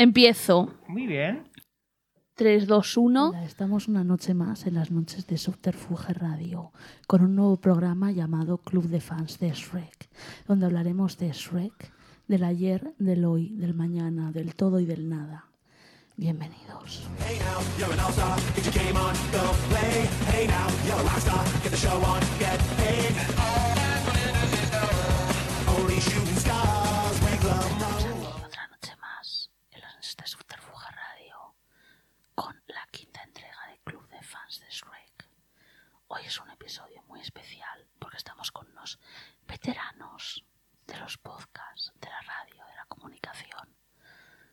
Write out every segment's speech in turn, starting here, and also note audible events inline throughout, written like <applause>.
Empiezo. Muy bien. 3, 2, 1. Hola, Estamos una noche más en las noches de Subterfuge Radio con un nuevo programa llamado Club de Fans de Shrek, donde hablaremos de Shrek, del ayer, del hoy, del mañana, del todo y del nada. Bienvenidos. Hey now, you're an all-star. Get your game on, go play. Hey now, you're a rock star. Get the show on, get paid. All that glitters is gold. Only shooting stars break the mold. Otra noche más en las noches de Subterfuge Radio con la quinta entrega de Club de Fans de Shrek. Hoy es un episodio muy especial porque estamos con unos veteranos de los podcasts, de la radio, de la comunicación.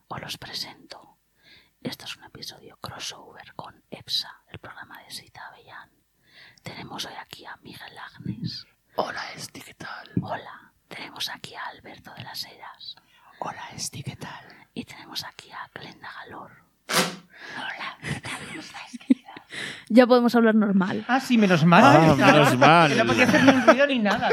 Os los presento. Este es un episodio crossover con EPSA, el programa de Sita Avellán. Tenemos hoy aquí a Miguel Agnes. Hola, Esti, ¿qué tal? Hola. Tenemos aquí a Alberto de las Heras. Hola, Esti, ¿qué tal? Y tenemos aquí a Glenda Galor. Hola, ¿qué tal? ¿Cómo estáis, queridas? Ya podemos hablar normal. Ah, sí, menos mal. <laughs> Ah, menos mal. Que no podía hacer ni un ruido ni nada.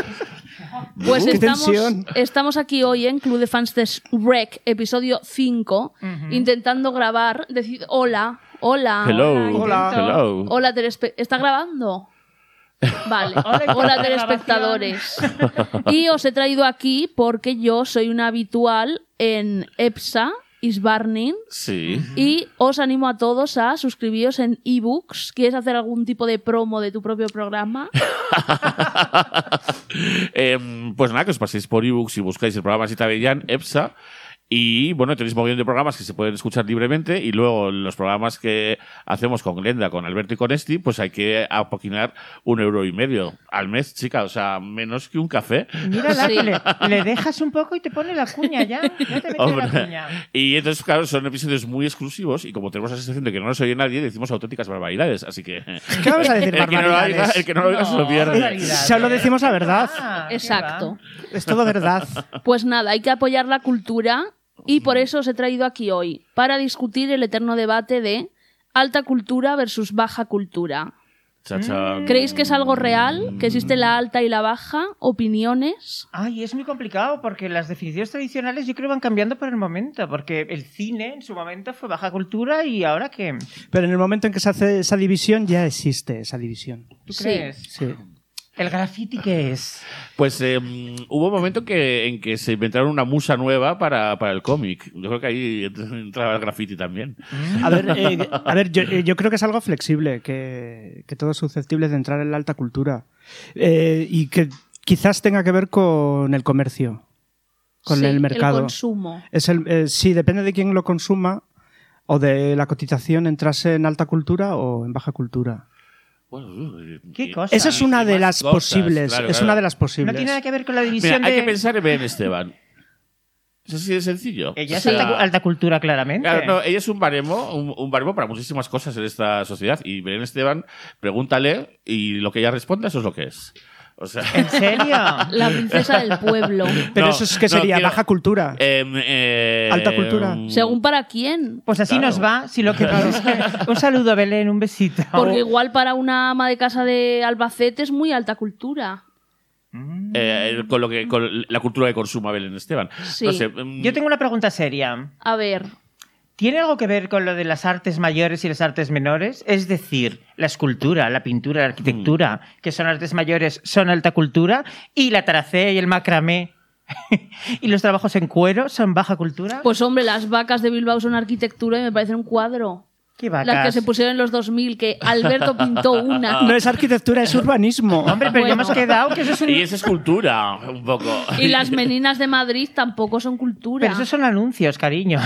Pues ¡Qué estamos, tensión! estamos aquí hoy en Club de Fans de Shrek, episodio 5, intentando grabar, decir hola, hola. Hello. Hola. Hello. Hola, telespe- ¿está grabando? Vale, Hola, hola grabación. telespectadores. Y os he traído aquí porque yo soy una habitual en EPSA, Isbarnin, Sí. y os animo a todos a suscribiros en ebooks. ¿Quieres hacer algún tipo de promo de tu propio programa? Em, pues nada, que os paséis por ebooks y buscáis el programa Sita Bellán, EPSA. Y bueno, tenéis mogollón de programas que se pueden escuchar libremente. Y luego los programas que hacemos con Glenda, con Alberto y con Esti, pues hay que apoquinar un euro y medio al mes, chica. O sea, menos que un café. Mírala, Sí. que le, le dejas un poco y te pone la cuña ya. Ya te mete la Hombre. cuña. Y entonces, claro, son episodios muy exclusivos. Y como tenemos la sensación de que no nos oye nadie, decimos auténticas barbaridades. Así que. ¿Qué vamos a decir, <laughs> El que no lo oiga, barbaridades? el que no lo oiga se lo No, pierde. barbaridades. Solo decimos la verdad. Ah, qué Exacto. Es todo verdad. Pues nada, hay que apoyar la cultura y por eso os he traído aquí hoy, para discutir el eterno debate de alta cultura versus baja cultura. Cha, cha. Mm. ¿Creéis que es algo real? ¿Que existe la alta y la baja? ¿Opiniones? Ay, es muy complicado porque las definiciones tradicionales yo creo van cambiando por el momento, porque el cine en su momento fue baja cultura y ahora qué, Pero en el momento en que se hace esa división, ya existe esa división. ¿tú Sí. crees? Sí. ¿El graffiti qué es? Pues eh, mm, hubo un momento que, en que se inventaron una musa nueva para, para el cómic. Yo creo que ahí <laughs> entraba el graffiti también. A ver, eh, a ver yo, eh, yo creo que es algo flexible, que, que todo es susceptible de entrar en la alta cultura. Eh, y que quizás tenga que ver con el comercio, con Sí, el mercado. El consumo. Es el, eh, sí, depende de quién lo consuma o de la cotización, entrase en alta cultura o en baja cultura. Bueno, eh, ¿Qué eh, cosa? Esa es una y de más las cosas, posibles. claro, Es claro. una de las No posibles. tiene nada que ver con la Mira, división hay de... que pensar en Ben Esteban. Es así de sencillo. Ella es O sea, alta, alta cultura, claramente. Claro, no, ella es un baremo, un, un baremo para muchísimas cosas en esta sociedad. Y Belén Esteban, pregúntale y lo que ella responda, eso es lo que es. O sea, ¿En serio? La princesa del pueblo. Pero No, eso es que no, sería quiero- baja cultura. <laughs> em, eh, Alta cultura. mm, Según para quién. Pues así Claro. nos va. Si lo que es <laughs> que- Un saludo, Belén, un besito. Porque igual para una ama de casa de Albacete es muy alta cultura. eh, con lo que con la cultura que consuma Belén Esteban. Sí. No sé, mm, Yo tengo una pregunta seria. A ver, ¿Tiene algo que ver con lo de las artes mayores y las artes menores? Es decir, la escultura, la pintura, la arquitectura, Mm. que son artes mayores, son alta cultura, y la taracea y el macramé <laughs> y los trabajos en cuero son baja cultura. pues hombre, las vacas de Bilbao son arquitectura y me parecen un cuadro. ¿Qué vacas? Las que se pusieron en los 2000, que Alberto pintó <laughs> una. No es arquitectura, es urbanismo. Hombre, pero ya Bueno. hemos quedado que eso es un... Y esa es cultura, un poco. Y <laughs> las meninas de Madrid tampoco son cultura. Pero esos son anuncios, cariño.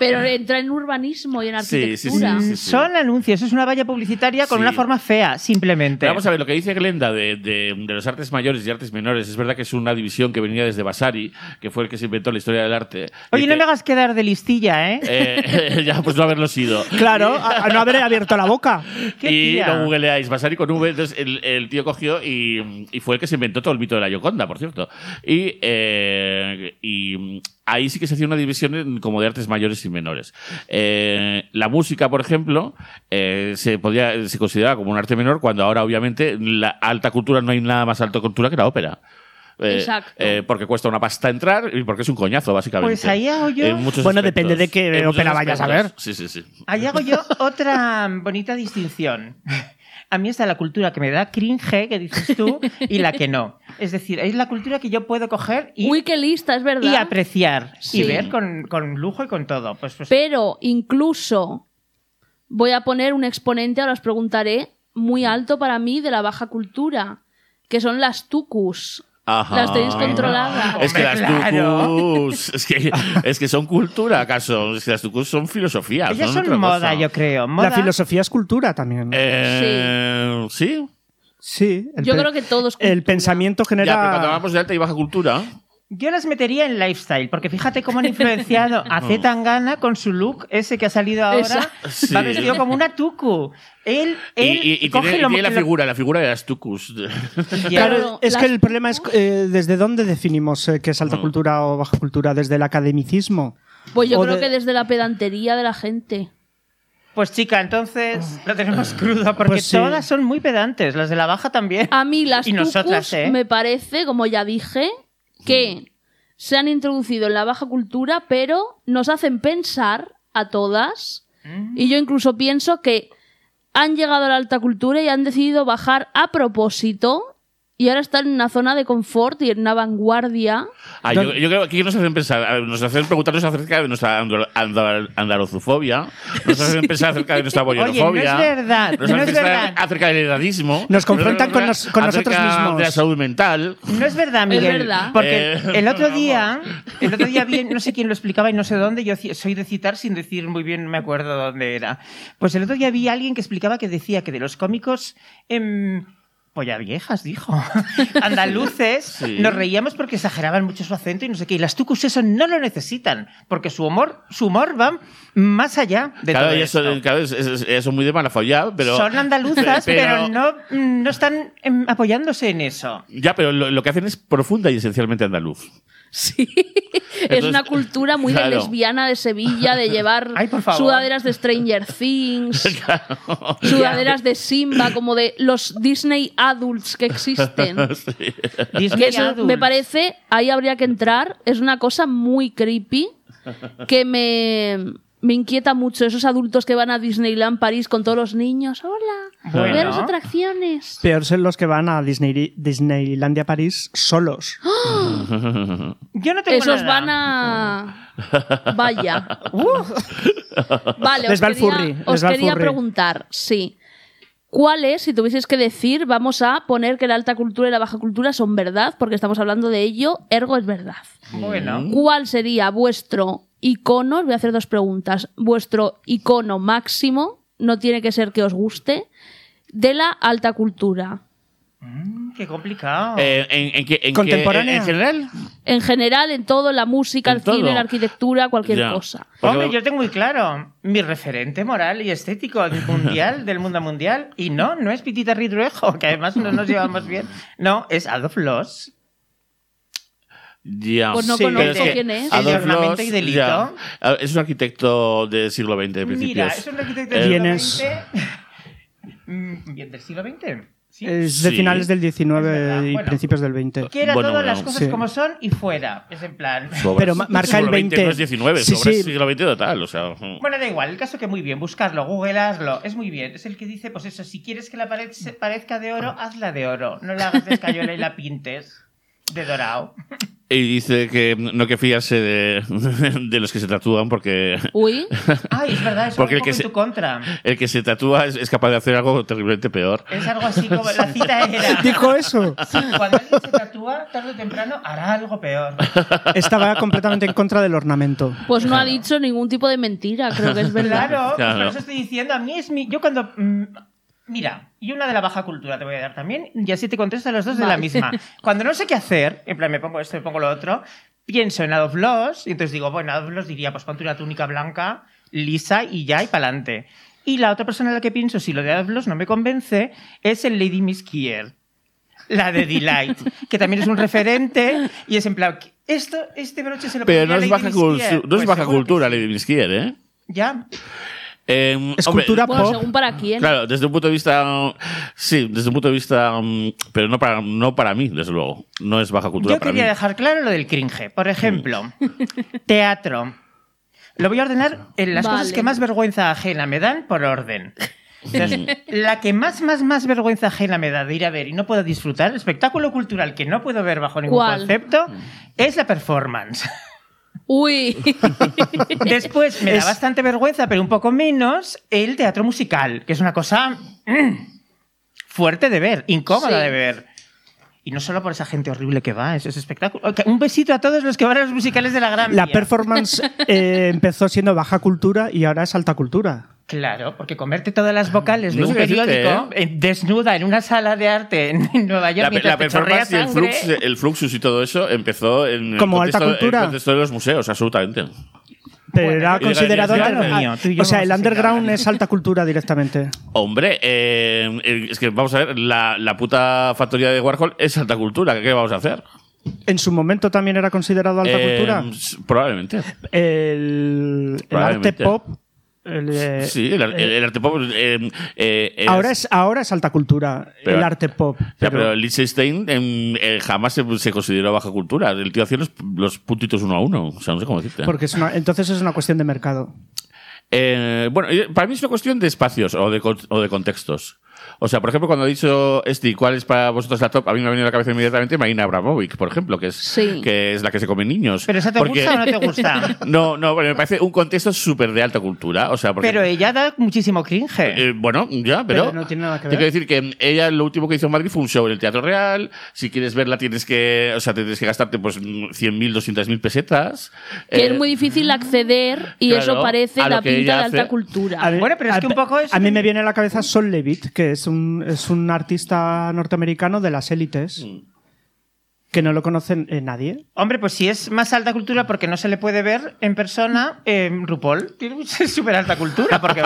Pero entra en urbanismo y en Sí, sí, <laughs> sí, arquitectura. sí. Son anuncios, es una valla publicitaria con Sí. una forma fea, simplemente. Pero vamos a ver, lo que dice Glenda de, de, de los artes mayores y artes menores, es verdad que es una división que venía desde Vasari, que fue el que se inventó la historia del arte. Oye, Y no que- me hagas quedar de listilla, ¿eh? eh, <laughs> ya, pues no <laughs> haberlo sido. Claro, <laughs> a, a no haber abierto la boca. ¿Qué y tía? lo googleáis, Vasari con V. Entonces el, el tío cogió y, y fue el que se inventó todo el mito de la Yoconda, por cierto. Y, eh, y ahí sí que se hacía una división en- como de artes mayores y menores. Eh, la música, por ejemplo, eh, se, podía, se consideraba como un arte menor cuando ahora, obviamente, en la alta cultura no hay nada más alta cultura que la ópera. eh, Exacto. eh, porque cuesta una pasta entrar y porque es un coñazo, básicamente. Pues ahí hago yo- En muchos Bueno, aspectos. depende de qué En muchos ópera vayas a aspectos. Sí, sí, sí. Ahí hago yo otra bonita distinción. A mí está la cultura que me da cringe, que dices tú, y la que no. Es decir, es la cultura que yo puedo coger y, Uy, qué lista, es verdad. y apreciar Sí. y ver con, con lujo y con todo. Pues, pues, Pero incluso voy a poner un exponente, ahora os preguntaré, muy alto para mí de la baja cultura, que son las tucus. Ajá. Las tenéis controladas. Es que las Hombre, claro. tucus. Es que, es que son cultura, acaso. Es que las tucus son filosofía. ellas otra son cosa. moda, yo creo. Moda. La filosofía es cultura también. Eh, sí. sí. el Yo pe- creo que todo es El cultura. pensamiento genera. Ya, pero cuando hablamos de alta y baja cultura. Yo las metería en lifestyle, porque fíjate cómo han <laughs> influenciado a Mm. Z Tangana con su look ese que ha salido ahora. Esa- Sí. Va vestido como una tuku. Él, Y, él y- y coge tiene, lo- tiene la lo- <laughs> figura, la figura de las tucus. Ya. Claro, Claro, es las- que el problema es eh, desde dónde definimos eh, qué es alta Mm. cultura o baja cultura, desde el academicismo. Pues yo O creo de- que desde la pedantería de la gente. Pues chica, entonces lo tenemos crudo, porque Pues sí. todas son muy pedantes, las de la baja también. A mí las Y nosotras, tucus ¿eh? Mm. me parece, como ya dije, que se han introducido en la baja cultura, pero nos hacen pensar a todas. Mm. Y yo incluso pienso que han llegado a la alta cultura y han decidido bajar a propósito. Y ahora están en una zona de confort y en una vanguardia. <laughs> Ah, yo, yo creo que aquí nos hacen pensar, a ver, nos hacen preguntarnos acerca de nuestra andro- andar- andarozufobia, nos hacen pensar acerca de nuestra boyerofobia. <laughs> Oye, no es verdad, nos no hacen es pensar verdad. acerca del edadismo. Nos confrontan con nos- con acerca nosotros mismos. de la salud mental. No es verdad, Miguel. verdad. Porque Eh, el otro vamos. día, el otro día vi, no sé quién lo explicaba y no sé dónde, yo ci- soy de citar sin decir muy bien, no me acuerdo dónde era. Pues el otro día vi a alguien que explicaba que decía que de los cómicos em, polla viejas, dijo. <laughs> Andaluces, Sí. nos reíamos porque exageraban mucho su acento y no sé qué. Y las tucus eso no lo necesitan, porque su humor, su humor va más allá de Claro, todo ellas esto. son, claro, es- es- ellas son muy de mala follada, pero. Son andaluzas, pero, <laughs> pero- no, mm, no están em, apoyándose en eso. Ya, pero lo, lo que hacen es profunda y esencialmente andaluz. Sí. <laughs> es Entonces, una cultura muy de claro. <laughs> lesbiana de Sevilla, <laughs> de llevar Ay, por favor. sudaderas de Stranger <laughs> Things, sudaderas de Simba, como de los Disney adults que existen. Sí. Disney Que eso me adults. parece, ahí habría que entrar. Es una cosa muy creepy que me, me inquieta mucho. Esos adultos que van a Disneyland París con todos los niños. Hola, Bueno. ve a las atracciones. Peor son los que van a Disney, Disneylandia París solos. ¡Ah! Yo no tengo Esos nada. van a. Vaya. Vale, Les os va quería, el furry, les os va el quería furry. preguntar, sí. ¿Cuál es, si tuvieseis que decir, vamos a poner que la alta cultura y la baja cultura son verdad, porque estamos hablando de ello, ergo es verdad? Bueno, ¿Cuál sería vuestro icono? Os voy a hacer dos preguntas. Vuestro icono máximo, no tiene que ser que os guste, de la alta cultura. qué complicado. Eh, en, en qué- en qué- Contemporánea. en general. En general, en todo, la música, En el cine, todo. la arquitectura, cualquier Ya. cosa. Porque- Hombre, yo tengo muy claro mi referente moral y estético <laughs> mundial, del mundo mundial. Y no, no es Pitita Ridruejo, que además no nos llevamos bien. No, es Adolf Loss. Ya. Pues no Sí, conozco Pero es que quién es. a- Adolf Ornamento Loss, y delito. ya. A ver, Es un arquitecto del siglo XX, de principios. Mira, es un arquitecto Eh, del ¿Quién siglo es? XX. Mm, Bien, del siglo XX. Sí. Es de Sí. finales del 19 Es verdad, y bueno. principios del 20. Quiera bueno, todas las bueno, cosas sí. como son y fuera. Es en plan. Sobra- Pero ma- marca el siglo XX, 20. No es 19, Sí, sobra sí. el siglo XX total. O sea, mm. Bueno, da igual, el caso que muy bien, buscarlo, googlearlo, es muy bien. Es el que dice, pues eso, si quieres que la pared se- parezca de Mm. oro, hazla de oro. No la hagas de escayola y la pintes de dorado. y dice que no hay que fiarse de, <laughs> de los que se tatúan porque Uy, Ay, es verdad, es un Porque el poco que en se- tu contra. el que se tatúa es, es capaz de hacer algo terriblemente peor. Es algo así como la cita era. Dijo eso. Cuando alguien se tatúa, tarde o temprano hará algo peor. Estaba completamente en contra del ornamento. pues no ha dicho ningún tipo de mentira, creo que es <laughs> verdad. Claro, pues Claro. por eso estoy diciendo, a mí es mi... Yo cuando... mm, mira, y una de la baja cultura te voy a dar también, y así te contesto a los dos de la Vale. misma. Cuando no sé qué hacer, en plan me pongo esto, me pongo lo otro, pienso en Adolf Loss, y entonces digo, bueno, Adolf Loss diría, pues ponte una túnica blanca, lisa y ya, y pa'lante. Y la otra persona en la que pienso, si lo de Adolf Loss no me convence, es el Lady Miss Kier. La de Delight, que también es un referente y es en plan, esto, este broche se lo Pero pondría no es Lady baja, Miss cultu- Kier. no es Pues baja seguro que cultura, sí. Lady Miskier, ¿eh? Ya, Eh, Es hombre, cultura Bueno, pop. según para quién. Claro, desde un punto de vista. Sí, desde un punto de vista. mm, Pero no para, no para mí, desde luego. No es baja cultura Yo para mí. quería dejar claro lo del cringe. Por ejemplo, teatro. Lo voy a ordenar en las cosas Vale. que más vergüenza ajena me dan por orden. Entonces, Mm. <laughs> la que más, más, más vergüenza ajena me da de ir a ver y no puedo disfrutar, espectáculo cultural que no puedo ver bajo ningún ¿Cuál? concepto, es la performance. <laughs> Uy. Después me da Pues, Es- bastante vergüenza, pero un poco menos, el teatro musical, que es una cosa mm, fuerte de ver, incómoda Sí. de ver. Y no solo por esa gente horrible que va, eso es espectáculo. Ok, Un besito a todos los que van a los musicales de la Gran La Vía. performance eh, empezó siendo baja cultura y ahora es alta cultura. Claro, porque comerte todas las vocales de No sé un qué decirte, periódico eh, desnuda en una sala de arte en en Nueva York La, mientras la te chorrea performance y el, sangre. flux, eh, el fluxus y todo eso empezó en el Como alta contexto- cultura. en el contexto de los museos, absolutamente. Pero Bueno, era yo diría considerado. que es under- algo mío, tú y yo o sea, vamos el a seguir underground hablando. es alta cultura directamente. Hombre, eh, eh, es que vamos a ver, la, la puta factoría de Warhol es alta cultura. ¿Qué vamos a hacer? En su momento también era considerado alta Eh, cultura. s- Probablemente. El, el arte probablemente. pop. el, eh, Sí, el, ar- el- el arte pop. eh, eh, ahora, es, ahora es alta cultura, Pero- el arte pop. Ya, pero- pero Liechtenstein em, eh, jamás se, se consideró baja cultura. El tío hacía los, los puntitos uno a uno. O sea, no sé cómo decirte. porque es una- entonces es una cuestión de mercado. Eh, bueno, eh, para mí es una cuestión de espacios o de, con- o de contextos. O sea, por ejemplo, cuando ha dicho Esti, ¿cuál es para vosotros la top? A mí me ha venido a la cabeza inmediatamente Marina Abramovic, por ejemplo, que es, Sí. que es la que se come niños. ¿Pero esa te Porque- gusta o no te gusta? No, no, bueno, me parece un contexto súper de alta cultura. O sea, <laughs> porque, Pero ella da muchísimo cringe. eh, bueno, ya, pero. Pero no tiene nada que Te ver. quiero decir que ella lo último que hizo en Madrid fue un show en el Teatro Real. Si quieres verla, tienes que. O sea, tienes que gastarte pues 100.000, 200.000 pesetas. que Eh, es muy difícil acceder y claro, eso a parece lo la que pinta ella de alta hace. A cultura. ver, Bueno, pero es a- que un poco es- A mí me viene a la cabeza Sol Levitt, que es un, es un artista norteamericano de las élites, Mm. que no lo conocen eh, nadie. Hombre, pues si es más alta cultura porque no se le puede ver en persona, eh, RuPaul tiene <laughs> súper alta cultura. Porque,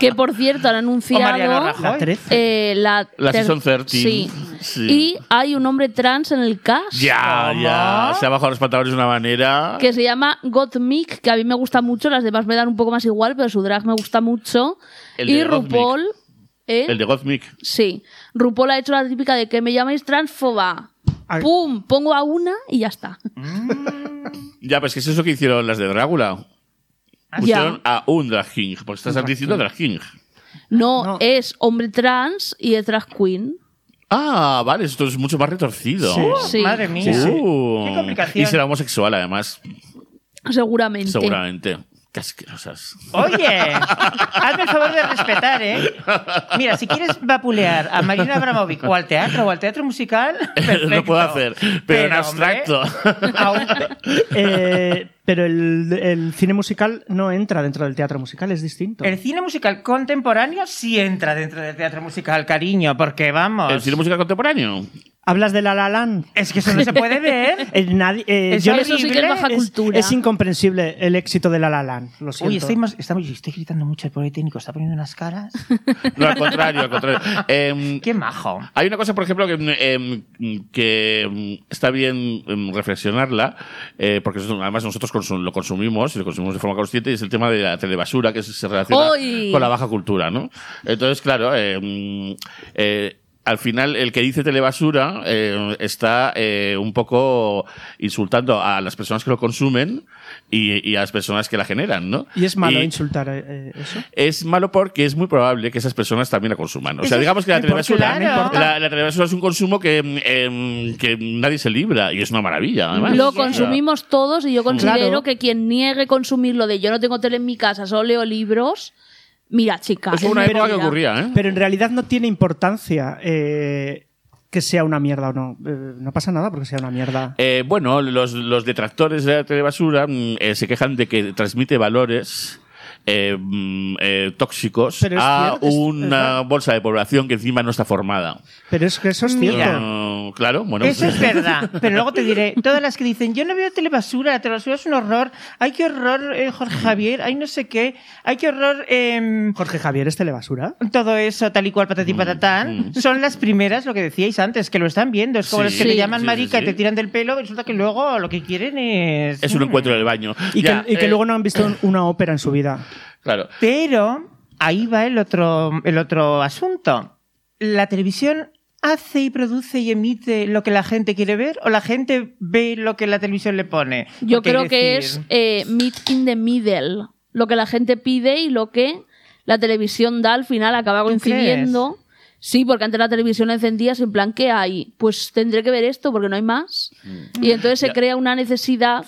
Que por cierto <laughs> han O Mariano anunciado Rajoy. La 13. eh, la, La ter- season 13. Sí. Sí. Y hay un hombre trans en el cast Ya, ¿Cómo? ya. Se ha bajado los pantalones de una manera. que se llama Gottmik, que a mí me gusta mucho, las demás me dan un poco más igual, pero su drag me gusta mucho. El y de Gottmik. RuPaul, ¿eh? El de Gothmic. Sí. RuPaul ha hecho la típica de que me llamáis transfoba. Ah. ¡Pum! Pongo a una y ya está. Ya, pues que es eso que hicieron las de Drácula. Ah, Pusieron a un drag king, porque estás diciendo drag king. No, No. es hombre trans y es drag queen. Ah, vale, esto es mucho más retorcido. Sí. Sí. Madre mía. Uh. Qué complicación. Y será homosexual, además, Seguramente. seguramente. Qué asquerosas. Oye, hazme el favor de respetar, ¿eh? Mira, si quieres vapulear a Marina Abramovic o al teatro o al teatro <laughs> musical, perfecto. puedo hacer, pero <laughs> en abstracto. a un- Eh, pero el, el cine musical no entra dentro del teatro musical, es distinto. el cine musical contemporáneo sí entra dentro del teatro musical, cariño, porque vamos. ¿El cine musical contemporáneo? Hablas de La La Land. Es que eso no se puede ver. Eh, nadie- eh, Es yo- Eso sí que es baja es- cultura. es incomprensible el éxito de La La Land. Lo siento. Uy, estoy, más, estamos- estoy gritando mucho el pobre técnico, está poniendo unas <laughs> caras. No, al contrario, <laughs> al contrario. Em, Qué majo. Hay una cosa, por ejemplo, que, em, que, em, está bien em, reflexionarla, eh, porque eso, además nosotros consu- lo consumimos y lo consumimos de forma consciente, y es el tema de la telebasura que se- se relaciona ¡Ay! con la baja cultura, ¿no? Entonces, claro, em, eh, al final el que dice telebasura eh, está eh, un poco insultando a las personas que lo consumen y, y a las personas que la generan, ¿no? Y es malo Y- insultar eh, eso. es malo porque es muy probable que esas personas también la consuman. O sea, Eso- digamos que la Porque, telebasura, claro. la, la telebasura es un consumo que, mm, em, que nadie se libra y es una maravilla, además. Lo O sea, consumimos todos y yo considero Claro. que quien niegue consumirlo de yo no tengo tele en mi casa, solo leo libros, mira, chica. Eso fue una época que mentira. ocurría, ¿eh? Pero en realidad no tiene importancia eh, que sea una mierda o no. Eh, no pasa nada porque sea una mierda. Eh, bueno, los, los detractores de la telebasura mm, eh, se quejan de que transmite valores eh, mm, eh, tóxicos Pero es a cierto, es- es una verdad. bolsa de población que encima no está formada. Pero es que eso es cierto. Mira. No, no, claro, bueno. pues, Eso es verdad. Pero luego te diré, todas las que dicen, yo no veo telebasura, la telebasura es un horror. Ay, qué horror, eh, Mm. Jorge Javier, ay, no sé qué. Ay, qué horror, em, Jorge Javier ¿este es telebasura. todo eso, tal y cual, Mm, patatín, patatán. Son las primeras, lo que decíais antes, que lo están viendo. Es como Sí. los que Sí. te llaman Sí, sí, marica sí. y te tiran del pelo, resulta que luego lo que quieren es... <laughs> Es un encuentro en el baño. Y, Ya, que, y que eh, luego no han visto un- una ópera en su vida. Claro. Pero ahí va el otro, el otro asunto. La televisión hace y produce y emite lo que la gente quiere ver o la gente ve lo que la televisión le pone. Yo Porque creo hay que es decir, eh, meet in the middle. Lo que la gente pide y lo que la televisión da al final acaba ¿Tú coincidiendo. Sí, porque antes la televisión encendía en plan, ¿qué hay? Pues tendré que ver esto porque no hay más. Mm. Y entonces se Ya. crea una necesidad.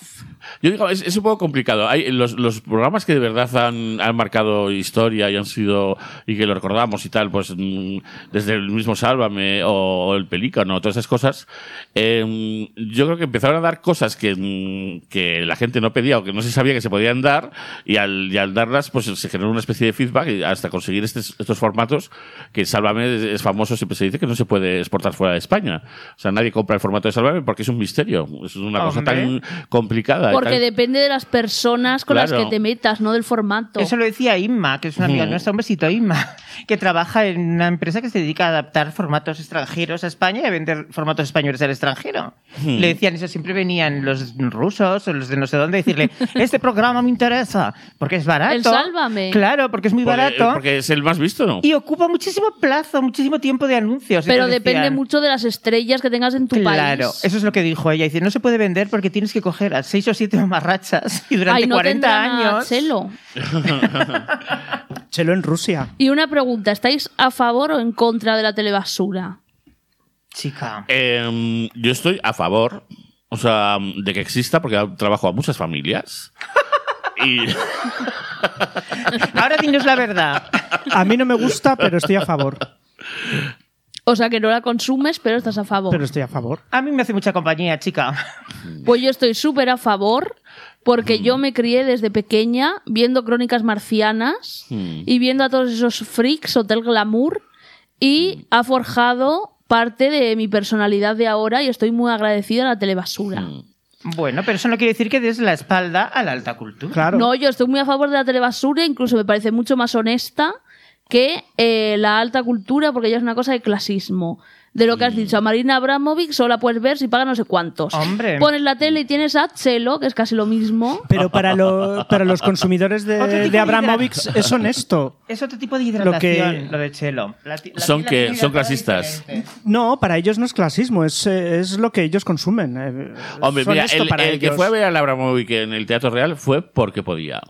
Yo digo, es, es un poco complicado. Hay los, los programas que de verdad han, han marcado historia y han sido, y que lo recordamos y tal, pues mm, desde el mismo Sálvame o, o el Pelícano, todas esas cosas, eh, yo creo que empezaron a dar cosas que, mm, que la gente no pedía o que no se sabía que se podían dar y al, y al darlas, pues se generó una especie de feedback y hasta conseguir estes- estos formatos que Sálvame es, es famoso, siempre se dice que no se puede exportar fuera de España. O sea, nadie compra el formato de Sálvame porque es un misterio. Es una cosa tan Hombre. <laughs> complicada. y Porque tan- depende de las personas con las Claro. que te metas, no del formato. Eso lo decía Inma, que es una amiga Mm. nuestra, un besito Inma, que trabaja en una empresa que se dedica a adaptar formatos extranjeros a España y a vender formatos españoles al extranjero. Mm. Le decían eso, siempre venían los rusos o los de no sé dónde a decirle, este programa me interesa, porque es barato. El Sálvame. Claro, porque es muy Porque- barato. Porque es el más visto, ¿no? Y ocupa muchísimo plazo, muchísimo tiempo de anuncios. Pero Entonces depende decían, mucho de las estrellas que tengas en tu país. Claro, eso es lo que dijo ella. Dice, no se puede vender porque tienes que coger a seis o siete mamarrachas y durante Ay, no 40 tendrán a años... Chelo. Chelo en Rusia. Y una pregunta, ¿estáis a favor o en contra de la telebasura? Chica. Em, yo estoy a favor, o sea, de que exista, porque trabajo a muchas familias. y <laughs> Ahora dinos la verdad. A mí no me gusta, pero estoy a favor. O sea, que no la consumes, pero estás a favor. Pero estoy a favor. A mí me hace mucha compañía, chica. Pues yo estoy súper a favor Mm. porque yo me crié desde pequeña viendo crónicas marcianas Mm. y viendo a todos esos freaks, Hotel Glamour, y Mm. ha forjado parte de mi personalidad de ahora y estoy muy agradecida a la telebasura. Bueno, pero eso no quiere decir que des la espalda a la alta cultura. Claro. No, yo estoy muy a favor de la telebasura, incluso me parece mucho más honesta que eh, la alta cultura, porque ya es una cosa de clasismo. De lo que has dicho, a Marina Abramovic solo la puedes ver si paga no sé cuántos. Hombre. Pones la tele y tienes a Chelo, que es casi lo mismo. Pero para, lo- para los consumidores Otro tipo de, de de Abramovics es honesto. Es otro tipo de hidratación, que- lo de chelo. La ti- la Son tila que- tiene hidratada son clasistas. diferente. No, para ellos no es clasismo, es, eh, es lo que ellos consumen. eh, Hombre, es mira, honesto el, para el que ellos. fue a ver a Abramovic en el Teatro Real fue porque podía.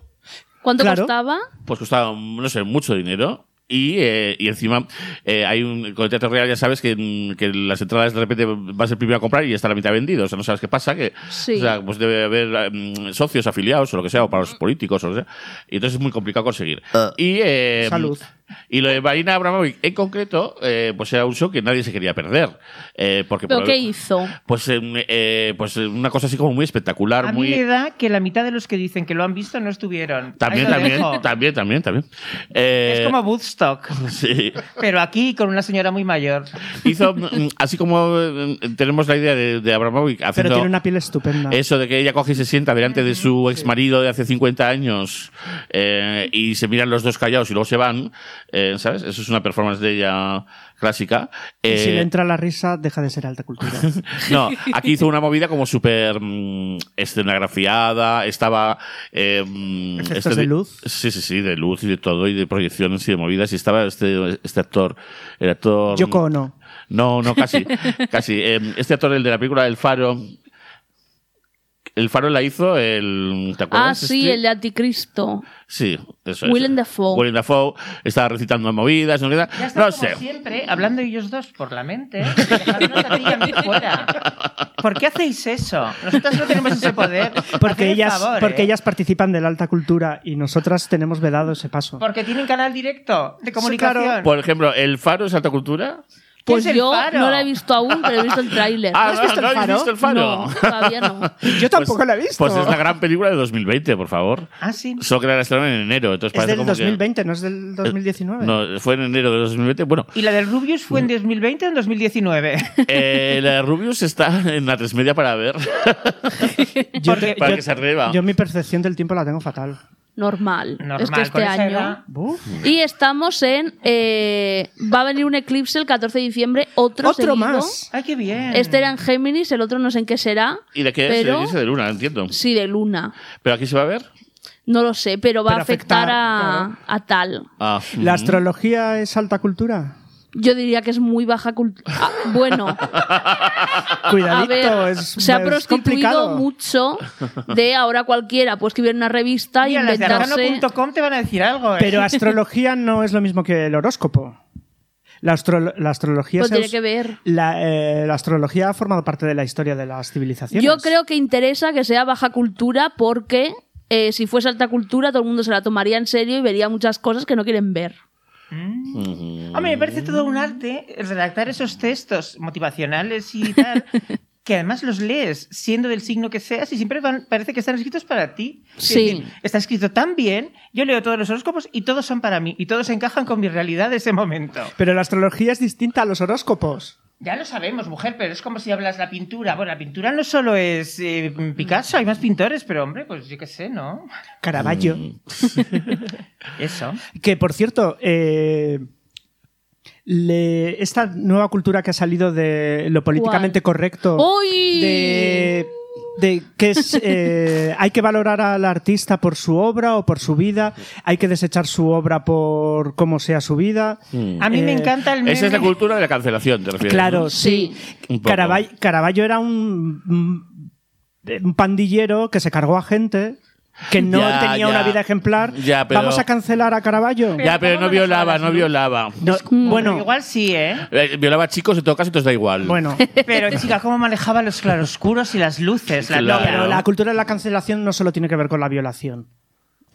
¿Cuánto Claro. costaba? Pues costaba, no sé, mucho dinero. Y, eh, y encima, eh, hay un, con el Teatro Real ya sabes que, mm, que las entradas de repente vas el primero a comprar y ya está la mitad vendido. O sea, no sabes qué pasa. Que, Sí. O sea, pues debe haber mm, socios afiliados o lo que sea, o para los políticos o lo que sea. Y entonces es muy complicado conseguir. y, eh, Salud. Y lo de Marina Abramovic en concreto, eh, pues era un show que nadie se quería perder. Eh, porque ¿Pero por- qué hizo? Pues, em, eh, pues eh, una cosa así como muy espectacular, A muy... mí me da que la mitad de los que dicen que lo han visto no estuvieron. También, Ahí lo también, dejo. también, también, también. Eh, Es como Woodstock, <laughs> Sí. pero aquí con una señora muy mayor. Hizo, mm, así como eh, tenemos la idea de, de Abramovic Pero haciendo tiene una piel estupenda. eso de que ella coge y se sienta delante de su ex marido de hace 50 años eh, y se miran los dos callados y luego se van, eh, ¿sabes? Eso es una performance de ella clásica. Y si Eh, le entra la risa, deja de ser <laughs> alta cultura. No, aquí hizo una movida como súper mm, escenografiada, estaba... Eh, mm, Efectos de luz. Sí, sí, sí, de luz y de todo, y de proyecciones y de movidas, y estaba este, este actor, el actor... Yoko Ono. No, <laughs> no, casi, casi. Eh, este actor, el de la película El Faro... El Faro la hizo el... ¿Te acuerdas? Ah, sí, Este- el de Anticristo. Sí, eso es. Willem Dafoe. Willem Dafoe estaba recitando movidas, no, Ya están como no sé. siempre hablando ellos dos por la mente. ¿eh? <laughs> y dejándonos a ti y a mí fuera. ¿Por qué hacéis eso? Nosotras no tenemos ese poder. Haced Porque el ellas, favor, porque ¿eh? ellas participan de la alta cultura y nosotras tenemos vedado ese paso. Porque tienen canal directo de comunicación. Por ejemplo, El Faro es alta cultura. Pues es el yo faro? no la he visto aún, pero he visto el tráiler. <laughs> Ah, has visto no, el no habéis faro? visto el faro? No, todavía no. Yo tampoco la he visto. Pues es la gran película de 2020, por favor. Ah, sí. Solo que la estrenaron en enero. Entonces Es parece del como que- Eh, 2020, no es del 2019. No, fue en enero de 2020. Bueno, <laughs> ¿Y la del Rubius fue en 2020 o en 2019? eh, la de Rubius está en la tres media para ver. Eh, Yo Porque- para que se atreva. Yo mi percepción del tiempo la tengo fatal. Normal. Normal, Es que este con esa año. edad. Buf. Y estamos en. eh, va a venir un eclipse el 14 de diciembre, otro, Otro seguido. más. Ay, qué bien. Este era en Géminis, el otro no sé en qué será. ¿Y de qué es? Pero- El inicio de Luna, entiendo. Sí, de luna. ¿Pero aquí se va a ver? No lo sé, pero va Pero a afectar afectar, a, a tal. Ah, ¿La ujú. astrología es alta <laughs> cultura? Yo diría que es muy baja cultura. <laughs> bueno, a Cuidadito, ver, es, se ha es prostituido complicado. mucho de ahora cualquiera. Puede escribir una revista y Mira, las de inventarse. arcano.com te van a decir algo. ¿eh? Pero astrología no es lo mismo que el horóscopo. La, astro- la astrología Pues se tiene us- que ver. La, eh, la astrología ha formado parte de la historia de las civilizaciones. Yo creo que interesa que sea baja cultura porque eh, si fuese alta cultura todo el mundo se la tomaría en serio y vería muchas cosas que no quieren ver. Hombre, me parece todo un arte redactar esos textos motivacionales y <laughs> tal, que además los lees siendo del signo que seas y siempre van- parece que están escritos para ti. Es Sí. decir, está escrito tan bien, yo leo todos los horóscopos y todos son para mí y todos encajan con mi realidad de ese momento. Pero la astrología es distinta a los horóscopos. Ya lo sabemos, mujer, pero es como si hablas la pintura. Bueno, la pintura no solo es eh, Picasso, hay más pintores, pero hombre, pues yo qué sé, ¿no? Caravaggio. Eso. Que por cierto, eh, le- esta nueva cultura que ha salido de lo políticamente correcto. ¡Uy! Oh, De, de que es, eh, hay que valorar al artista por su obra o por su vida, hay que desechar su obra por cómo sea su vida. A mí me Eh, encanta el meme. <laughs> Esa es la cultura de la cancelación, te refieres. Claro, ¿no? sí. Un poco. Caravaggio, Caravaggio era un, mm, un pandillero que se cargó a gente que no Ya, tenía ya. una vida ejemplar. Ya, pero- Vamos a cancelar a Caravaggio. Ya, pero ¿cómo no no violaba, dejadas, no no? violaba. No, bueno, Igual sí, ¿eh? Eh, Violaba a chicos en todo caso, entonces da igual. <laughs> bueno. <laughs> Pero chica, cómo manejaba los claroscuros y las luces, la Claro. novia. Pero la cultura de la cancelación no solo tiene que ver con la violación.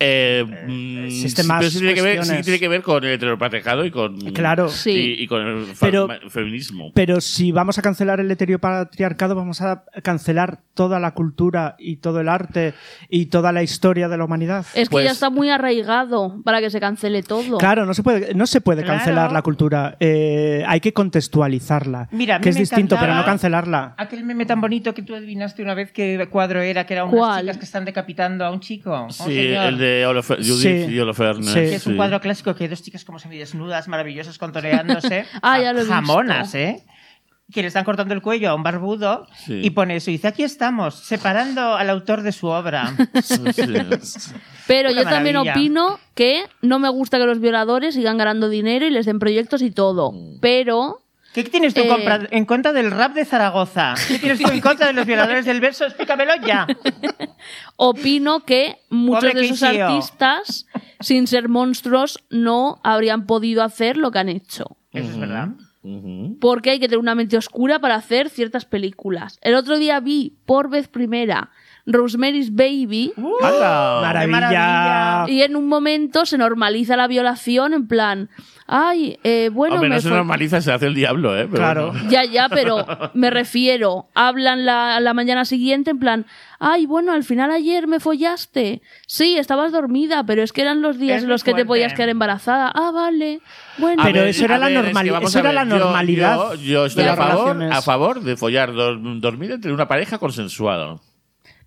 Eh, mm, existen más pero sí tiene, que ver, sí cuestiones. tiene que ver con el heteropatriarcado y con. Claro. Sí. Y, y con el fa- Pero- ma- feminismo. Pero si vamos a cancelar el heteropatriarcado, vamos a cancelar toda la cultura y todo el arte y toda la historia de la humanidad. Es que Pues- ya está muy arraigado para que se cancele todo. Claro, no se puede, no se puede Claro. cancelar la cultura. Eh, hay que contextualizarla. Mira, a mí que es me distinto, pero encantaba- no Ah, cancelarla. Aquel meme tan bonito que tú adivinaste una vez que cuadro era, que eran unas ¿Cuál? chicas que están decapitando a un chico. a un Sí, Oh, señor. el de Olofer- Judith Sí. y Oloferne. Sí. Que es un sí. cuadro clásico que hay dos chicas como semidesnudas, maravillosas, contoreándose. <laughs> Ah, ya lo he visto. Jamonas, ¿eh? Que le están cortando el cuello a un barbudo Sí. y pone eso. Y dice, aquí estamos, separando al autor de su <laughs> obra. <laughs> Sí. Pero Una yo también maravilla. opino que no me gusta que los violadores sigan ganando dinero y les den proyectos y todo. Pero ¿Qué tienes tú en Eh. compra- en contra del rap de Zaragoza? ¿Qué tienes tú <laughs> en contra de los violadores del verso? Explícamelo ya. opino que muchos Pobre de esos Keisio. artistas, sin ser monstruos, no habrían podido hacer lo que han hecho. Eso es verdad. Ujú. porque hay que tener una mente oscura para hacer ciertas películas. El otro día vi por vez primera Rosemary's Baby ¡Hala! Maravilla. maravilla. y en un momento se normaliza la violación en plan, ay, eh, bueno, Hombre, me no se fue- normaliza, se hace el diablo, ¿eh? Pero Claro. bueno. Ya, ya, pero me refiero, hablan la, la mañana siguiente en plan, ay, bueno, al final ayer me follaste. Sí, estabas dormida, pero es que eran los días Es en muy los que te fuerte. podías quedar embarazada. Ah, vale. Bueno, A Pero eso era a la es que normali- vamos eso a era la yo- normalidad Yo, yo estoy de a las favor, relaciones. a favor de follar dor- dormir entre una pareja consensuada.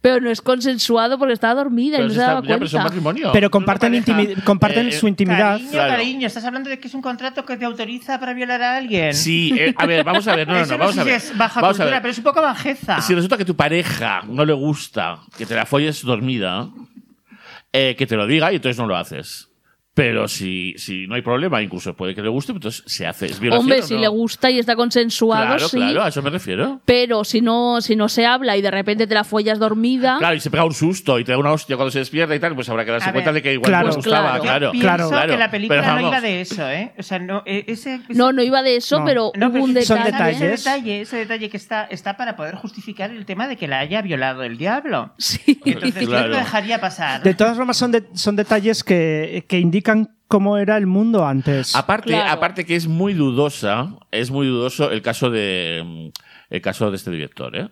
pero no es consensuado porque estaba dormida y Pero, no si se está- daba ya, pero es un cuenta. matrimonio. Pero comparten, Una pareja. intimi- comparten Eh, su intimidad. Cariño, Claro. cariño, estás hablando de que es un contrato que te autoriza para violar a alguien. Sí, eh, a ver, vamos a ver. No, no, Eso no, vamos sé a si ver. es baja vamos cultura, a pero ver. es un poco bajeza. Si resulta que tu pareja no le gusta que te la folles dormida, eh, que te lo diga y entonces no lo haces. Pero si, si no hay problema, incluso puede que le guste, entonces se hace. ¿Es violación Hombre, o si no? le gusta y está consensuado, Claro, sí. claro, a eso me refiero. Pero si no, si no se habla y de repente te la follas dormida, Claro, y se pega un susto y te da una hostia cuando se despierta y tal, pues habrá que darse Ah. A cuenta ver. de que igual Claro. no les gustaba, Yo claro. Pienso claro, que la película Pero no vamos, iba de eso, ¿eh? O sea, no, eh, ese, ese- no, no iba de eso, No. pero no, hubo pero un detalle. ese- son Ese detalles. detalle, ese detalle que está, está para poder justificar el tema de que la haya violado el diablo. Sí. Entonces Claro. yo no lo dejaría pasar. De todas formas, son, de- son detalles que, que indican cómo era el mundo antes. Aparte, Claro. aparte que es muy dudosa, es muy dudoso el caso de mm, el caso de este director, ¿eh?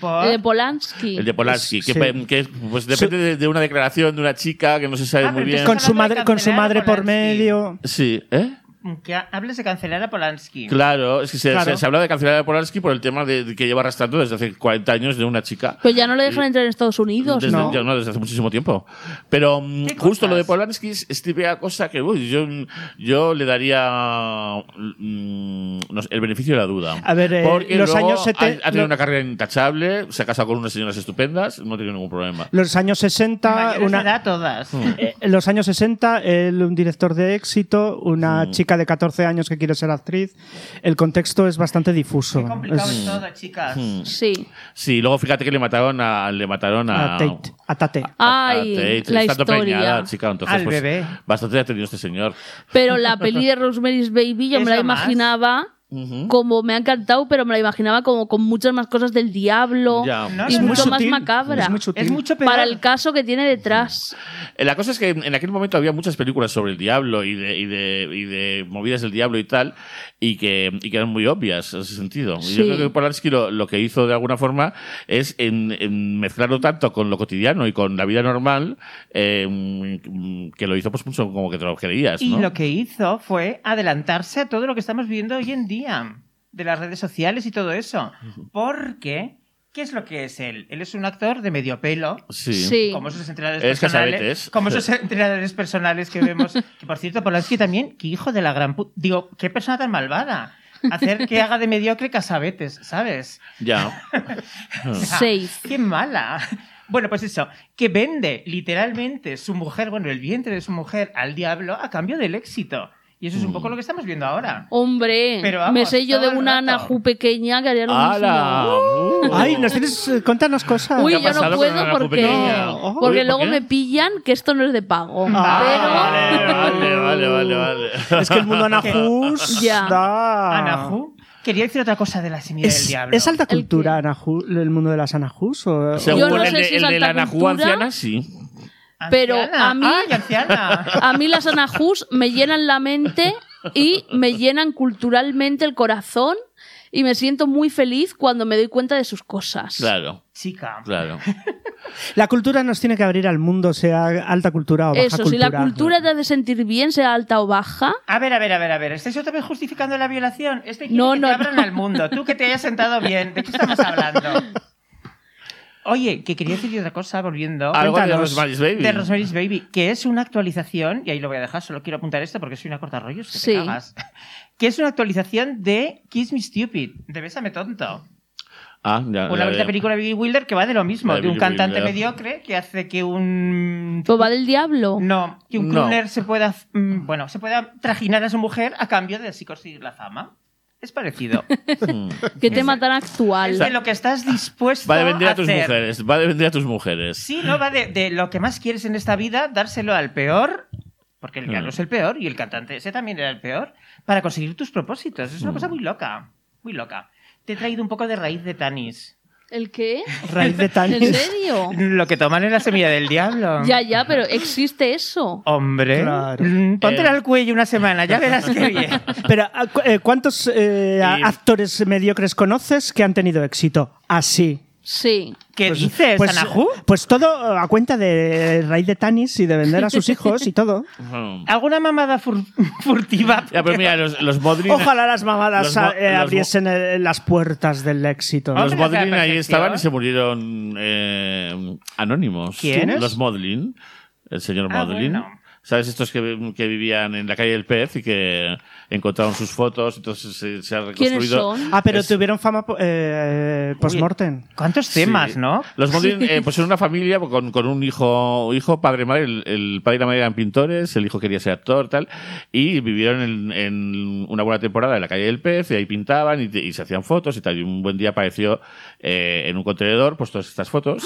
Por- El de Polanski. El de Polanski, Sí. que, pe- que, pues depende de, de una declaración de una chica que no se sabe Ah, muy pero bien. entonces con su Hablando de madre, con su cancelar madre a por Polanski. medio. Sí, ¿eh? Que ha- hables de cancelar a Polanski. Claro, es que se, Claro. se, se habla de cancelar a Polanski por el tema de, de que lleva arrastrando desde hace 40 años de una chica. Pero Pues ya no le dejan entrar en Estados Unidos, Desde, ¿no? ya no, desde hace muchísimo tiempo. Pero mm, ¿Qué justo lo de cosas? Polanski es, es típica cosa que uy, yo, yo le daría mm, no sé, el beneficio de la duda. A ver, eh, Porque los luego años ha, sete- ha tenido lo- una carrera intachable, se ha casado con unas señoras estupendas, no ha tenido ningún problema. Los años 60, Mayores de una, edad todas. Hmm. eh, en los años 60, él, un director de éxito, una Mm. chica de 14 años que quiere ser actriz. El contexto es bastante difuso. Qué complicado Es- es todo, chicas. Mm. Sí. Sí, luego fíjate que le mataron a, le mataron a, a Tate, a Tate. Ah, a- a Ay, Tate, la estando historia. preñada, chica, entonces, Al pues, bebé. Bastante ha tenido este señor. Pero la peli de Rosemary's Baby yo me la Esa más. imaginaba Ujú. como me ha encantado, pero me la imaginaba como con muchas más cosas del diablo Ya. No, y no, no. mucho Es muy más sutil, macabra. es muy sutil. Es mucho peor. para el caso que tiene detrás. Eh, La cosa es que en aquel momento había muchas películas sobre el diablo y de, y de, y de movidas del diablo y tal, y que, y que eran muy obvias en ese sentido. Y Yo Sí. creo que Polanski lo, lo que hizo de alguna forma es en, en mezclarlo tanto con lo cotidiano y con la vida normal, eh, mm, que lo hizo pues mucho como que te lo creías. Y Pues ¿no? lo que hizo fue adelantarse a todo lo que estamos viviendo hoy en día, de las redes sociales y todo eso. Porque, ¿qué es lo que es él? Él es un actor de medio pelo. Sí. Sí. Como esos entrenadores Es personales. Casabetes. Como <laughs> esos entrenadores personales que vemos. Que por cierto, Polanski también, qué hijo de la gran puta. Digo, qué persona tan malvada. Hacer que haga de mediocre casabetes, ¿sabes? Ya. Ah. Safe. Qué mala. Bueno, pues eso, que vende literalmente su mujer, bueno, el vientre de su mujer al diablo a cambio del éxito. Y eso es un poco lo que estamos viendo ahora. Hombre, Pero vamos, me sé yo de todo el una rato. Anahu pequeña que <laughs> haría lo ¡Hala! mismo. Uh. Ay, nos tienes, eh, contanos cosas. Uy, ¿Qué ha yo pasado no con puedo Anahu porque, pequeña? Ojo. porque Uy, ¿por luego qué? me pillan que esto no es de pago. Ah, Vale, vale, vale, vale, vale. Es que el mundo Anahus Ya. da... Anahu, quería decir otra cosa de la semilla del Ah. ¿Es, diablo. es alta ¿El cultura qué? Anahus, el mundo de las Anahus? O, Según Yo no el, sé de, si es el de la alta Anahu cultura. anciana, sí. Anciana. pero a mí- ¡Ay, anciana! A mí las anajús me llenan la mente y me llenan culturalmente el corazón y me siento muy feliz cuando me doy cuenta de sus cosas. Claro, Chica. claro. La cultura nos tiene que abrir al mundo, sea alta cultura o baja Eso, si cultura. la cultura te hace sentir bien, sea alta o baja, A ver, a ver, a ver, a ver. ¿Estáis otra vez justificando la violación? Este quiere No, que no, te abran no. al mundo. Tú que te hayas sentado bien. ¿De qué estamos hablando? <laughs> Oye, que quería decir otra cosa volviendo. Algo de Cuéntanos. Rosemary's Baby. De Rosemary's Baby, que es una actualización, y ahí lo voy a dejar, solo quiero apuntar esto porque soy una cortarrollos que te Sí. cagas. <laughs> Que es una actualización de Kiss Me Stupid, de Bésame Tonto. Ah, ya, Una ya bonita veo. película de Billy Wilder que va de lo mismo, La de, de un Billy cantante Wilder. mediocre que hace que un... pues va del diablo. No, que un No. crooner se pueda, mm, bueno, se pueda trajinar a su mujer a cambio de así conseguir la fama. Es parecido. Qué tema tan es de actual. lo que estás dispuesto Mm. Va de vender a tus hacer. mujeres, va de vender a tus mujeres. Sí, no va de, de lo que más quieres en esta vida, dárselo al peor, porque el Mm. diablo es el peor y el cantante ese también era el peor, para conseguir tus propósitos. Es una Mm. cosa muy loca, muy loca. Te he traído un poco de raíz de tanis. ¿El qué? <laughs> Raíz de Tanis. ¿En serio? Lo que toman es la semilla del diablo. <laughs> Ya, ya, pero existe eso. Hombre, Claro. Mm, póntela Eh. al cuello una semana, ya verás qué <laughs> bien. Pero, ah, cu- eh, ¿cuántos eh, a- Y- actores mediocres conoces que han tenido éxito? Así. Sí. ¿Qué dices, pues, Anahu? Pues todo eh, a cuenta de raíz de Tanis y de vender <laughs> a sus hijos y todo. Ujú. ¿Alguna mamada fur- <laughs> furtiva? Ya, pero mira, los, los Modrin. Ojalá las mamadas Los mo- ah, eh, los mo- abriesen eh, las puertas del éxito. Ah, Los Hombre, la Modlin ahí perfección. estaban y se murieron eh, anónimos. ¿Quiénes? Los Modlin. El señor Ah, Modlin. bueno. ¿Sabes? Estos que, que vivían en la calle del Pez y que encontraron sus fotos, entonces se, se ha reconstruido. ¿Quiénes son? Ah, pero Es- tuvieron fama po- eh, post-mortem. ¿Cuántos temas, Sí. no? Los Modlin eh, pues son una familia con, con un hijo, hijo padre madre. El, el padre y la madre eran pintores, el hijo quería ser actor, tal. Y vivieron en, en una buena temporada en la calle del Pez, y ahí pintaban y, te- y se hacían fotos y tal. Y un buen día apareció eh, en un contenedor, pues todas estas fotos.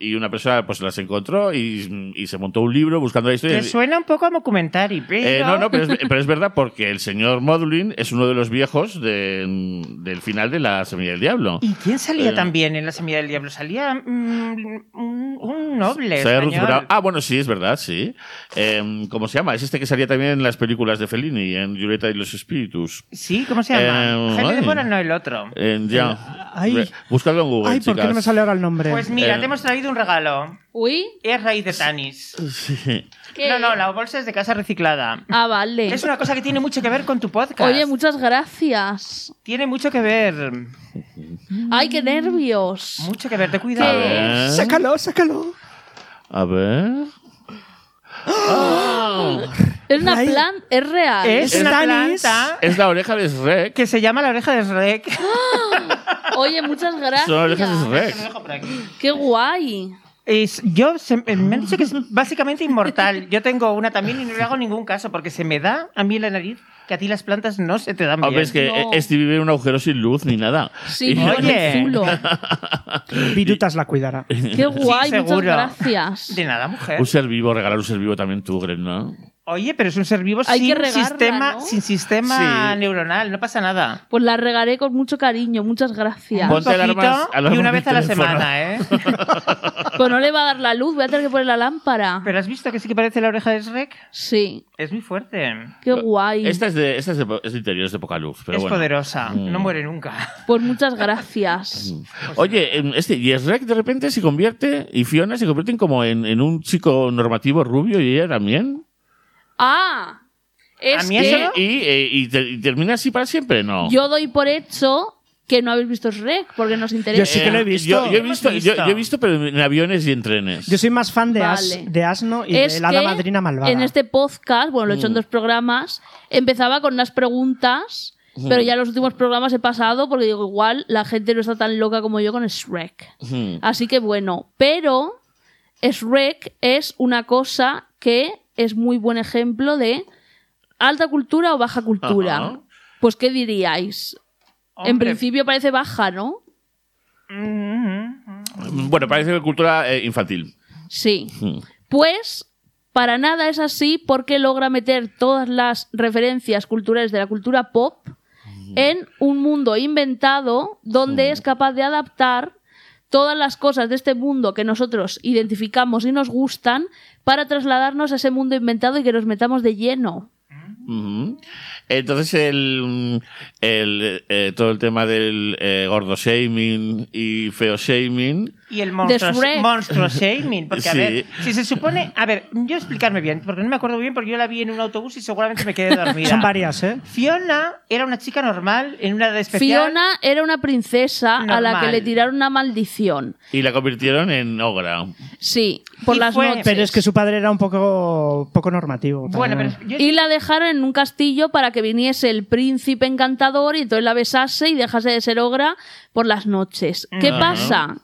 Y una persona pues las encontró y, y se montó un libro buscando la historia. ¡Qué suena un poco a documentary, pero... Eh, no, no, pero es, pero es verdad porque el señor Modulin es uno de los viejos de- del final de la Semilla del Diablo. ¿Y quién salía Eh. también en La Semilla del Diablo? Salía mm, un, un noble Sale Ruth español. Brown. Ah, bueno, sí, es verdad, sí. Eh, ¿Cómo se llama? Es este que salía también en las películas de Fellini, en Julieta y los Espíritus. Sí, ¿cómo se llama? Eh, Jaime de ay. Eh, Mora, no el otro. En- ya. Eh, Ay. Ve- Buscadlo en Google, Ay, ¿por eh. chicas. qué no me sale ahora el nombre? Pues mira, Eh. te hemos traído un regalo. Uy, Es raíz de Tanis. Sí. ¿qué? No, no, la bolsa es de casa reciclada. Ah, vale. Es una cosa que tiene mucho que ver con tu podcast. Oye, muchas gracias. Tiene mucho que ver. Ay, qué nervios. Mucho que ver, te A cuidado. ver. Sácalo, sácalo. A ver. Es una Ay. plan, es real. Es, Es una Tanis. planta Es la oreja de Shrek. que se llama la oreja de Shrek. Oye, muchas Son orejas de gracias. Shrek. Qué guay. Es- yo se- eh, me han dicho que es Ah. <laughs> básicamente inmortal. Yo tengo una también y no le hago ningún caso porque se me da a mí en la nariz que a ti las plantas no se te dan Hombre, bien. es que No. eh, Stevie vive en un agujero sin luz ni nada. Sí, <laughs> Y- con Oye. el zulo. Virutas la cuidará. Qué guay, muchas seguro. gracias. De nada, mujer. Un ser vivo, regalar un ser vivo también tú, Grenna. Oye, pero es un ser vivo Hay sin, que regarla, sistema, ¿no? sin sistema Sí. neuronal, no pasa nada. Pues la regaré con mucho cariño, muchas gracias. Ponte Un poquito alarmas- alarmas y una del vez a la teléfono. semana, ¿eh? <laughs> Pues no le va a dar la luz, voy a tener que poner la lámpara. pero has visto que sí que parece la oreja de Shrek. Sí, Es muy fuerte. qué guay. Esta es de, esta es de, es de interior, es de poca luz. Pero es bueno. Mm. poderosa, no muere nunca. Pues muchas <laughs> gracias. Oye, em, este, y Shrek de repente se convierte, y Fiona se convierten como en, en un chico normativo rubio y ella también. Ah, es A mí que eso no- Y, eh, y te- y termina así para siempre, ¿no? yo doy por hecho que no habéis visto Shrek porque nos interesa. Yo sí que lo he visto. Eh, Yo, yo he Hemos visto, yo, visto. yo he visto, pero en aviones y en trenes. Yo soy más fan de, As- Vale. de Asno y es de la hada que madrina malvada. Mm. En este podcast, bueno, lo he hecho en dos programas, empezaba con unas preguntas, Mm. pero ya los últimos programas he pasado porque digo, igual la gente no está tan loca como yo con Shrek. Hmm. Así que bueno, pero Shrek es una cosa que es muy buen ejemplo de alta cultura o baja cultura. Ajá. Pues, ¿qué diríais? En Hombre, principio parece baja, ¿no? Bueno, parece que cultura eh, infantil. Sí. Hmm. Pues para nada es así porque logra meter todas las referencias culturales de la cultura pop Hmm. en un mundo inventado donde es capaz de adaptar todas las cosas de este mundo que nosotros identificamos y nos gustan para trasladarnos a ese mundo inventado y que nos metamos de lleno. Ujú. Entonces, el, el, eh, todo el tema del eh, gordo shaming y feo shaming. Y el monstruo, De Shrek. monstruo shaming. Porque, a Sí. ver, si se supone. A ver, yo explicarme bien, porque no me acuerdo bien, porque yo la vi en un autobús y seguramente <laughs> me quedé dormida. Son varias, ¿eh? Fiona era una chica normal en una edad especial. Fiona era una princesa a la que Normal. le tiraron una maldición. Y la convirtieron en ogra. Sí, por Y las fue- noches. Pero es que su padre era un poco, poco normativo. Bueno, pero también. yo- Y la dejaron en un castillo para que viniese el príncipe encantador y entonces la besase y dejase de ser ogra por las noches. ¿Qué Ajá. pasa?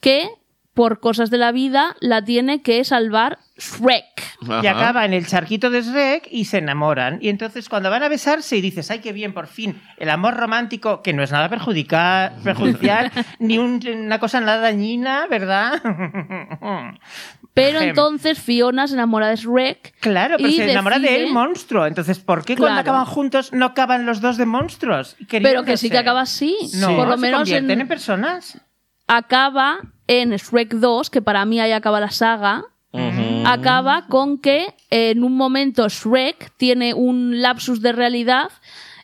Que por cosas de la vida la tiene que salvar Shrek. Ajá. y acaba en el charquito de Shrek y se enamoran. Y entonces cuando van a besarse y dices, ay, qué bien, por fin, el amor romántico, que no es nada perjudicar, <laughs> perjudicial, ni un- una cosa nada dañina, ¿verdad? <laughs> Pero Gem. entonces Fiona se enamora de Shrek. claro, pero y se enamora de decide- él monstruo. Entonces, ¿por qué Claro. cuando acaban juntos no acaban los dos de monstruos? Pero que sí que acaba así. No, por lo se menos convierten en... en- personas. acaba en Shrek 2, que para mí ahí acaba la saga. Ujú. Ah, acaba con que eh, en un momento Shrek tiene un lapsus de realidad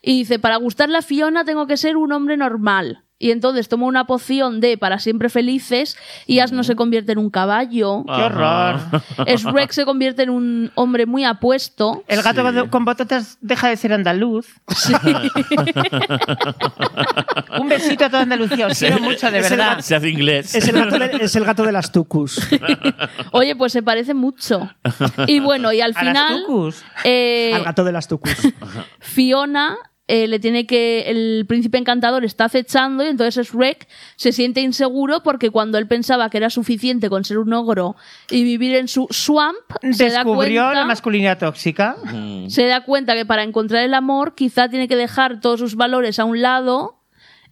y dice, para gustarle a Fiona tengo que ser un hombre normal. Y entonces toma una poción de para siempre felices y Asno se convierte en un <laughs> caballo. Ajá. horror. Shrek se convierte en un hombre muy apuesto. El gato Sí. con bototas deja de ser andaluz. Un besito a toda Andalucía. Os quiero mucho, de Es el gato- verdad. Se hace inglés. Es el, gato de, <laughs> es el gato de las tucus. Oye, pues se parece mucho. Y bueno, y al A las final... tucus. eh, Al gato de las tucus. Fiona eh, le tiene que. El príncipe encantador está acechando y entonces Shrek se siente inseguro porque cuando él pensaba que era suficiente con ser un ogro y vivir en su swamp, se da, Descubrió la cuenta, masculinidad tóxica. se da cuenta que para encontrar el amor quizá tiene que dejar todos sus valores a un lado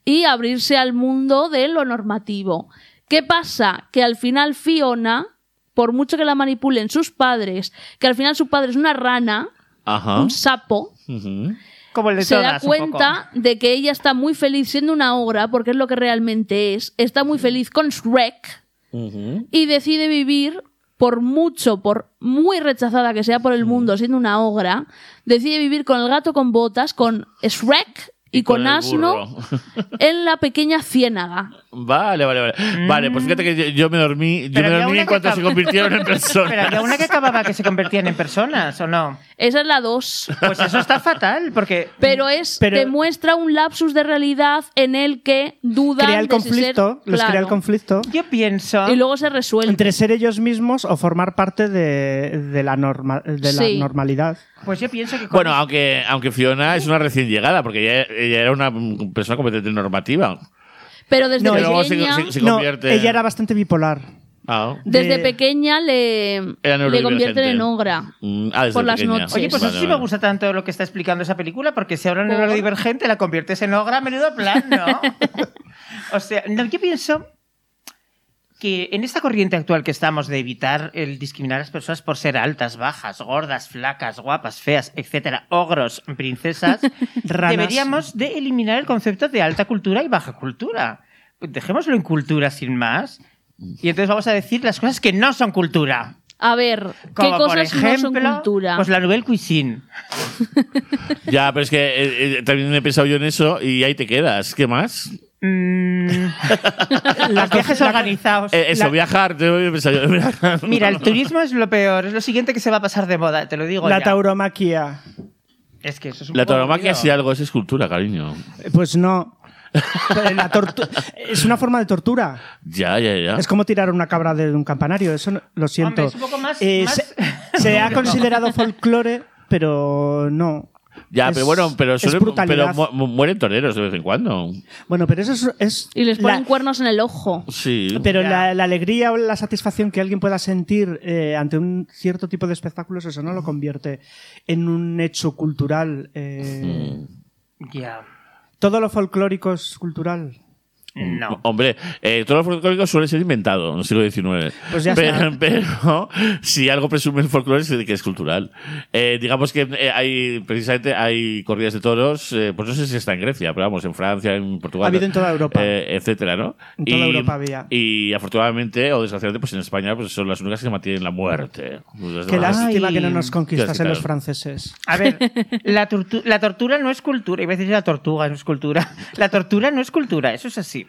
y abrirse al mundo de lo normativo. ¿Qué pasa? Que al final Fiona por mucho que la manipulen sus padres, que al final su padre es una rana, Ajá. un sapo, Ujú. Como el de se da todas, un poco. cuenta de que ella está muy feliz siendo una obra, porque es lo que realmente es, está muy feliz con Shrek Ujú. y decide vivir por mucho, por muy rechazada que sea por el mundo siendo una obra, decide vivir con el gato con botas, con Shrek y, con, el Asno burro. <laughs> en la pequeña ciénaga. Vale, vale, vale. Vale, pues fíjate que yo, yo me dormí, yo Pero me había dormí una en cuanto que se acab- convirtieron en <laughs> Pero había personas. una que acababa que se convertían en personas, ¿o no? Esa es la 2. Pues eso está fatal, porque... Pero es <laughs> Pero- demuestra un lapsus de realidad en el que dudan Crea el de si ser- conflicto, les crea el claro. conflicto Yo pienso... y luego se resuelve. entre ser ellos mismos o formar parte de, de la, norma- de la Sí. normalidad. Pues yo pienso que... con- Bueno, aunque, aunque Fiona es una recién llegada, porque ella, ella era una mm, persona competente en normativa. Pero desde No, y luego se- pequeña, se- se- no, convierte- ella era bastante bipolar. Ah, desde de- pequeña le, Era le convierten neurodivergente. en ogra. Mm, ah, desde Por las pequeña. noches. Oye, pues Vale, eso sí me vale. gusta tanto lo que está explicando esa película, porque si ahora ¿Por? en divergente la conviertes en ogra, menudo plan, ¿no? o sea, no, yo pienso que en esta corriente actual que estamos de evitar el discriminar a las personas por ser altas, bajas, gordas, flacas, guapas, feas, etcétera, ogros, princesas, Ranas. deberíamos de eliminar el concepto de alta cultura y baja cultura. Dejémoslo en cultura sin más. Y entonces vamos a decir las cosas que no son cultura. A ver, ¿qué Como, por cosas no ejemplo, son cultura? Pues la nouvelle cuisine. Ya, pero es que eh, eh, también he pensado yo en eso y ahí te quedas. ¿Qué más? <laughs> Mm, los viajes organizados. Eh, eso, Pues La- viajar. te- he pensado yo, viajar. Mira, <laughs> el turismo es lo peor, es lo siguiente que se va a pasar de moda, te lo digo. La ya. tauromaquia. Es que eso es un La poco tauromaquia, aburrido. si algo es escultura, cariño. Eh, Pues no. Eh, la tortu- es una forma de tortura. Ya, ya, ya. Es como tirar una cabra de un campanario. Eso no- lo siento. Hombre, Eh, es un poco más- más- Se, <laughs> se ha considerado folclore, pero no. ya, Es- pero bueno, pero, es suele- brutalidad. pero mu- mu- mueren toreros de vez en cuando. Bueno, pero eso es. es y les la- ponen cuernos en el ojo. Sí. Pero Ya. la, la alegría o la satisfacción que alguien pueda sentir eh, ante un cierto tipo de espectáculos, eso no lo convierte en un hecho cultural. eh, Ya. Todo lo folclórico es cultural. No. Hombre, eh, todo lo folclórico suele ser inventado en el siglo XIX. Pues ya pero, está. pero si algo presume el folclore es de que es cultural. Eh, digamos que eh, hay, precisamente, hay corridas de toros, eh, pues no sé si está en Grecia, pero vamos, en Francia, en Portugal. Ha habido en toda Europa. eh, etcétera, ¿no? En toda Europa había. Y afortunadamente, o desgraciadamente, pues en España pues son las únicas que mantienen la muerte. Pues Las Qué demás- lástima Ay. que no nos conquistasen Claro. los franceses. A <laughs> ver, la, tortu- la tortura no es cultura. Iba a decir la tortuga no es cultura. <laughs> La tortura no es cultura, eso es así.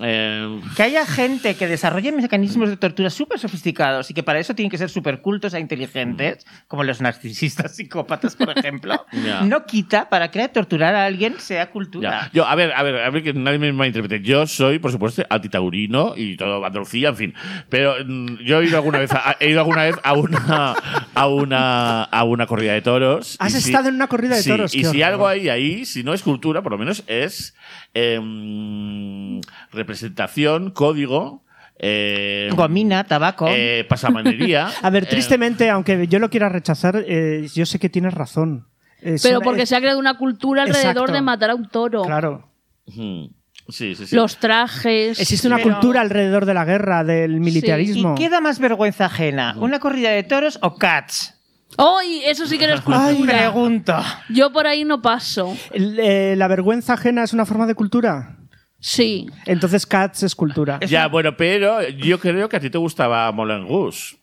Eh, Que haya gente que desarrolle mecanismos de tortura súper sofisticados y que para eso tienen que ser súper cultos e inteligentes, como los narcisistas psicópatas, por ejemplo, Mm. <laughs> Ya. no quita para que torturar a alguien sea cultura. Ya. Yo, a ver, a ver, a ver que nadie me malinterprete. Yo soy, por supuesto, antitaurino y todo bandolcía, en fin. Pero mm, yo he ido alguna vez a, he ido alguna vez a una a una a una corrida de toros. ¿Has Y estado en una corrida de sí, toros? Y Qué si horror. algo hay ahí, si no es cultura, por lo menos es em, representación, código, eh, Gomina, tabaco. eh, pasamanería. <laughs> A ver, eh, tristemente, aunque yo lo quiera rechazar, eh, yo sé que tienes razón. Es Pero una- porque eh, se ha creado una cultura alrededor Exacto. de matar a un toro. Claro. ujú. Sí, sí, sí. Los trajes. Existe una Pero- cultura alrededor de la guerra, del militarismo. ¿Y qué da más vergüenza ajena? ¿Una corrida de toros o cats? ¡Ay! Eso sí que no es <laughs> Ay, cultura. pregunto. Yo por ahí no paso. El- eh, ¿La vergüenza ajena es una forma de cultura? Sí. Entonces, Cats es cultura. Ya, bueno, pero yo creo que a ti te gustaba Moulin Rouge.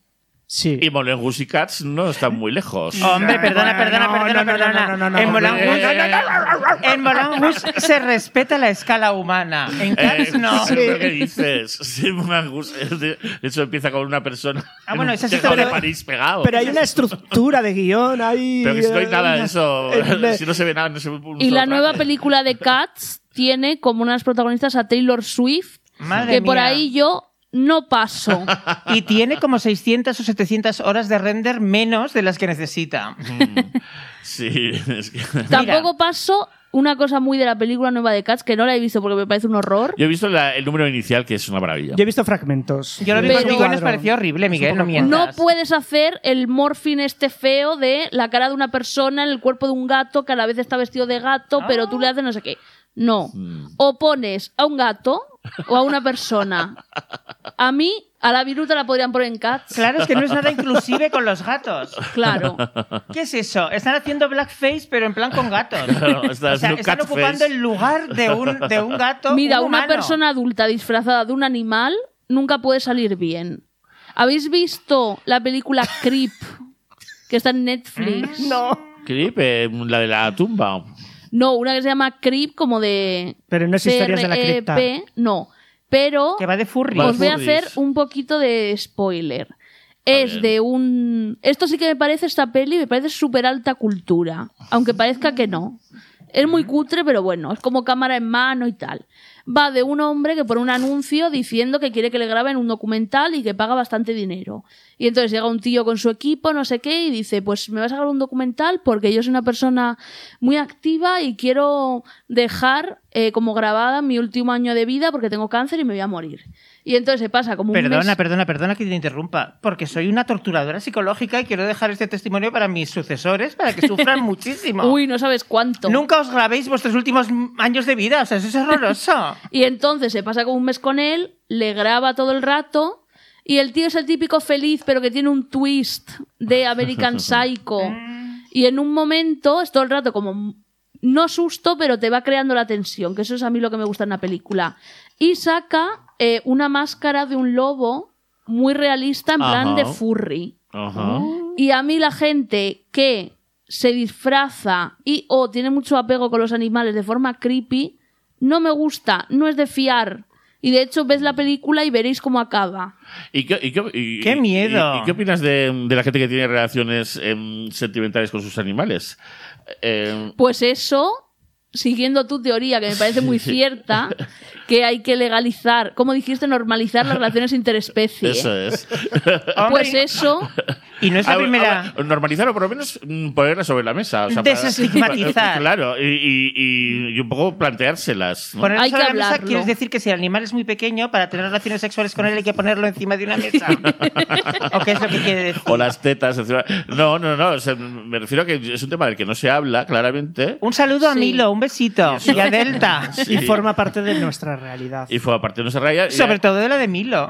Sí. Y Moulin Rouge y Cats no están muy lejos. Hombre, perdona, perdona, no, perdona, no, no, perdona. no, no, Eh, no, no, en no, Moulin no, no, Rouge- no, eh, en Moulin Rouge se respeta la escala humana. En Cats Eh, no. pero ¿Qué dices? Sí, Moulin Rouge, De de hecho, empieza con una persona Ah, en bueno, un esa sí tejado te- de París pegado. Pero hay <laughs> una estructura de guión, hay... Pero que si no hay nada de eso, Eh, si no se ve nada, no se ve un Y solo la traje. nueva película de Cats tiene como unas protagonistas a Taylor Swift, Madre que por mía. ahí yo no paso. Y tiene como 600 o 700 horas de render menos de las que necesita. Sí, <laughs> es que. Tampoco paso una cosa muy de la película nueva de Cats, que no la he visto porque me parece un horror. Yo he visto la- el número inicial, que es una maravilla. Yo he visto fragmentos. Yo lo vi Pero- contigo y nos pareció horrible, Miguel, no mientas. No puedes hacer el morfin este feo de la cara de una persona en el cuerpo de un gato que a la vez está vestido de gato, pero tú le haces no sé qué. No. O pones a un gato o a una persona. A mí A la viruta la podrían poner en cats. Claro, es que no es nada inclusive con los gatos. Claro. ¿Qué es eso? Están haciendo blackface, pero en plan con gatos. O Claro, sea, están haciendo están catface. ocupando el lugar de un, de un gato. Mira, un una humano. persona adulta disfrazada de un animal nunca puede salir bien. ¿Habéis visto la película Creep? Que está en Netflix. Mm, No. Clip, eh, la de la tumba. No, una que se llama Creep, como de. Pero no es historias de la CREP, cripta. eh, No. Pero Que va de furry. Vale. os voy a furries. hacer un poquito de spoiler. Es bien. de un. Esto sí que me parece esta peli, me parece súper alta cultura. Aunque parezca que no. Es muy cutre, pero bueno, es como cámara en mano y tal. Va de un hombre que pone un anuncio diciendo que quiere que le graben un documental y que paga bastante dinero. Y entonces llega un tío con su equipo, no sé qué, y dice, pues me vas a grabar un documental porque yo soy una persona muy activa y quiero dejar eh, como grabada mi último año de vida porque tengo cáncer y me voy a morir. Y entonces se pasa como un mes- Perdona, perdona, perdona que te interrumpa. Porque soy una torturadora psicológica y quiero dejar este testimonio para mis sucesores para que <laughs> sufran muchísimo. Uy, no sabes cuánto. Nunca os grabéis vuestros últimos años de vida. O sea, eso <laughs> es horroroso. Y entonces se pasa como un mes con él, le graba todo el rato. Y el tío es el típico feliz, pero que tiene un twist de American Psycho. Y en un momento, es todo el rato como. No susto, pero te va creando la tensión, que eso es a mí lo que me gusta en la película. Y saca eh, una máscara de un lobo muy realista, en plan Ajá. de furry. Ajá. Oh. Y a mí la gente que se disfraza y o tiene mucho apego con los animales de forma creepy, no me gusta, no es de fiar. Y de hecho ves la película y veréis cómo acaba. ¿Y qué, y qué- y- ¡Qué miedo! y- y qué opinas de, de la gente que tiene relaciones em, sentimentales con sus animales? Em, Pues eso, siguiendo tu teoría, que me parece muy cierta, que hay que legalizar, como dijiste, normalizar las relaciones interespecie. Eso es. Pues Ah, Hombre, eso, Y no es la Ah, primera. ah, normalizar o por lo menos mm, ponerla sobre la mesa. O sea, para- Desestigmatizar. para- <laughs> claro, y, y- y- y un poco planteárselas. ¿no? Poner Hay sobre que la mesa hablarlo. quieres decir que si el animal es muy pequeño, para tener relaciones sexuales con él hay que ponerlo encima de una mesa. ¿O qué es lo que quiere decir? O las tetas. encima. No, no, no. o sea, me refiero a que es un tema del que no se habla, claramente. Un saludo a Sí. Milo, un besito. Sí, eso. Y a Delta. Y Sí. forma parte de nuestra realidad. Y fue aparte no se raya. y- Sobre todo de la de Milo.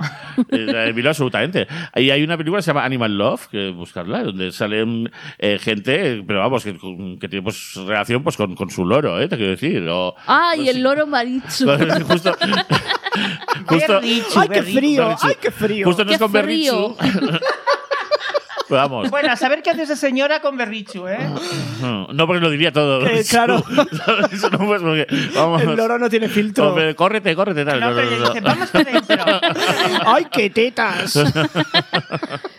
Eh, la de Milo, absolutamente. Y hay una película que se llama Animal Love, que buscarla, donde salen eh, gente, eh, pero vamos, que, que tiene pues, relación pues, con, con su loro, ¿eh? te quiero decir. O, <laughs> ay, pues, el loro marichu. con- justo, justo, Berdichu, berdichu. Berdichu. frío! justo no es Qué con Berrichu. frío. <laughs> vamos. Bueno, a saber qué hace esa señora con Berrichu, ¿eh? No, porque lo diría todo. Eh, claro. <laughs> Eso no pues, porque, vamos. El loro no tiene filtro. Hombre, córrete, córrete, tal. No, no, pero no, ella no. dice, vamos para adentro. <laughs> ¡Ay, <laughs> qué tetas!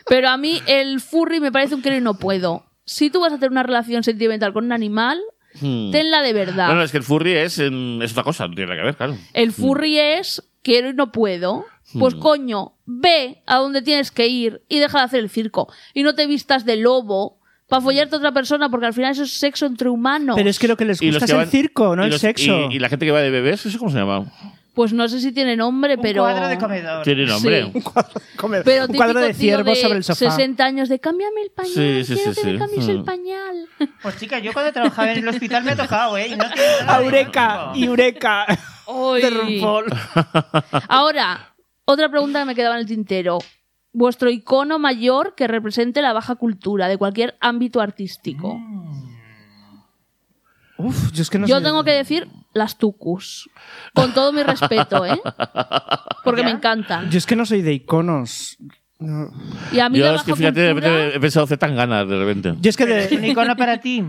Pero a mí el furry me parece un que no puedo. Si tú vas a tener una relación sentimental con un animal, Hmm. tenla de verdad. No, no, es que el furry es, em, es otra cosa, no tiene nada que ver, claro. Mm. El furry es quiero y no puedo. Pues coño, ve a donde tienes que ir y deja de hacer el circo. Y no te vistas de lobo para follarte a otra persona, porque al final eso es sexo entre humanos. Pero es que lo que les Y los gusta es que van- el circo, no y el los- sexo. Y, y la gente que va de bebés, ¿eso cómo se llama? Pues no sé si tiene nombre, Un pero. cuadro de comedor. Tiene nombre. Sí. Come- Pero un cuadro típico de tío ciervo de sobre el sofá. 60 años de cámbiame el pañal. Sí, sí, quiero sí, que me sí. cambies Mm. el <laughs> pañal. Pues chica, yo cuando trabajaba en el hospital me ha tocado, ¿eh? Y no tiene nada de <laughs> ¡Eureka! malo. <laughs> ¡Eureka! Oy. De RuPaul. Ahora, otra pregunta que me quedaba en el tintero. Vuestro icono mayor que represente la baja cultura de cualquier ámbito artístico. Mm. Uf, yo es que no Yo sé- tengo que decir las tucus. Con todo mi respeto, ¿eh? Porque me encantan. Yo es que no soy de iconos. No. Y a mí Yo la es baja que fíjate, de cultura- repente he pensado Z tan ganas de repente. Yo es que <laughs> Es un de, icono para ti.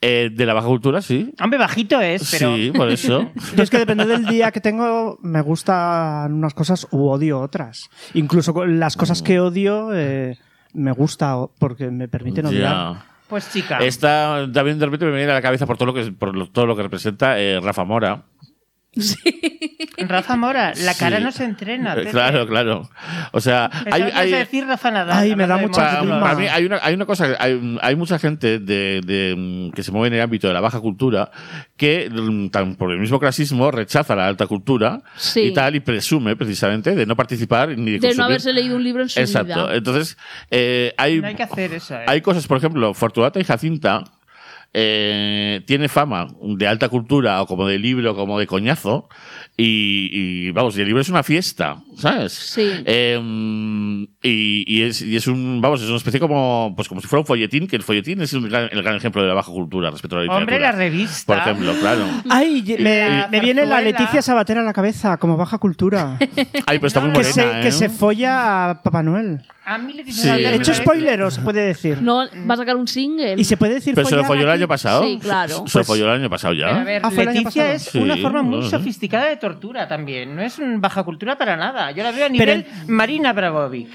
Eh, de la baja cultura, sí. Hombre, bajito es, pero... Sí, por <laughs> eso. yo es que depende del día que tengo, me gustan unas cosas u odio otras. Incluso con las cosas que odio eh, me gusta o- porque me permiten odiar. Ya. Pues chica. Esta también de repente me viene a la cabeza por todo lo que, por lo- todo lo que representa eh, Rafa Mora. Rafa Mora, la cara Sí. no se entrena. Eh, Pepe. <laughs> claro, claro. O sea, Pensaba hay, que ibas a hay- decir Rafa Nadal. Ay, me da hablando de mucha para, monstruos. grima. para mí hay una, hay una cosa, hay, hay mucha gente de, de, mm, que se mueve en el ámbito de la baja cultura que, mm, tan por el mismo clasismo, rechaza la alta cultura Sí. y tal, y presume precisamente de no participar ni de, de no consumir. haberse leído un libro en su ¿eh? Exacto. vida. Entonces, eh, hay, No hay que hacer eso, ¿eh? hay cosas, por ejemplo, Fortunata y Jacinta. eh, tiene fama de alta cultura o como de libro, como de coñazo. Y, y, vamos, y el libro es una fiesta, ¿sabes? Sí. Eh, y, y es, y es un, vamos, es una especie como, pues como si fuera un folletín, que el folletín es un gran- el gran ejemplo de la baja cultura respecto a la literatura. Hombre, la revista. Por ejemplo, <laughs> claro. Ay, ye- me, La me viene la zarzuela. Leticia Sabatera a la cabeza como <laughs> baja cultura. Ay, pero está muy que, morena, se, que ¿eh? se folla a Papá Noel. A mí le Sí. He hecho spoiler, o se puede decir. No, va a sacar un single. Y se puede decir Pero se lo follar folló el aquí? año pasado. Sí, claro. Se lo folló el año pasado ya. Pero a ver, Ah, fue el año Leticia pasado. es Sí, una forma muy bueno. sofisticada de tortura también. No es un baja cultura para nada. Yo la veo a Pero nivel Marina Bravovic.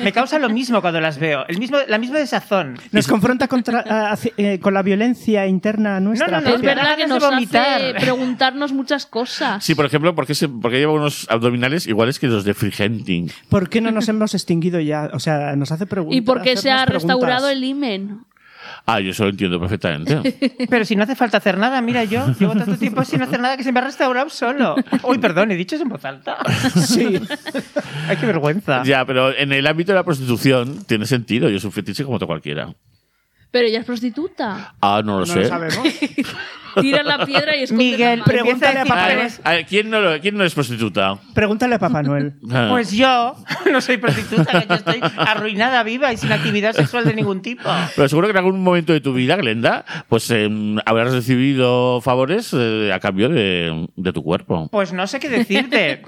Me causa lo mismo cuando las veo. El mismo, la misma desazón. Nos confronta contra, ah, hace- eh, con la violencia interna nuestra. no, es te dan verdad que ganas de nos hace vomitar. preguntarnos muchas cosas. Sí, por ejemplo, porque, se, porque lleva unos abdominales iguales que los de Frigenting. ¿Por qué no nos hemos extinguido ya? O sea, nos hace preguntas. y porque se ha hacernos restaurado preguntas. el imen. Ah, yo eso lo entiendo perfectamente. Pero si no hace falta hacer nada, mira yo, llevo tanto tiempo sin hacer nada que se me ha restaurado solo. Uy, perdón, he dicho eso en voz <laughs> alta. <laughs> Sí. Ay, qué vergüenza. ya, pero en el ámbito de la prostitución tiene sentido y es un fetiche como otro cualquiera. Pero ella es prostituta. Ah, no lo No sé. lo sabemos. Tira la piedra y esconde Miguel, la mano. pre- empieza a Pregúntale a decir "Pues, Papá A que ver, Ah, a ver, ¿quién, no lo- ¿Quién no es prostituta? Pregúntale a <laughs> Papá Noel. Ah. Pues yo <laughs> no soy prostituta, que yo estoy arruinada viva y sin actividad sexual de ningún tipo. <laughs> Pero seguro que en algún momento de tu vida, Glenda, pues eh, habrás recibido favores eh, a cambio de, de tu cuerpo. Pues no sé qué decirte.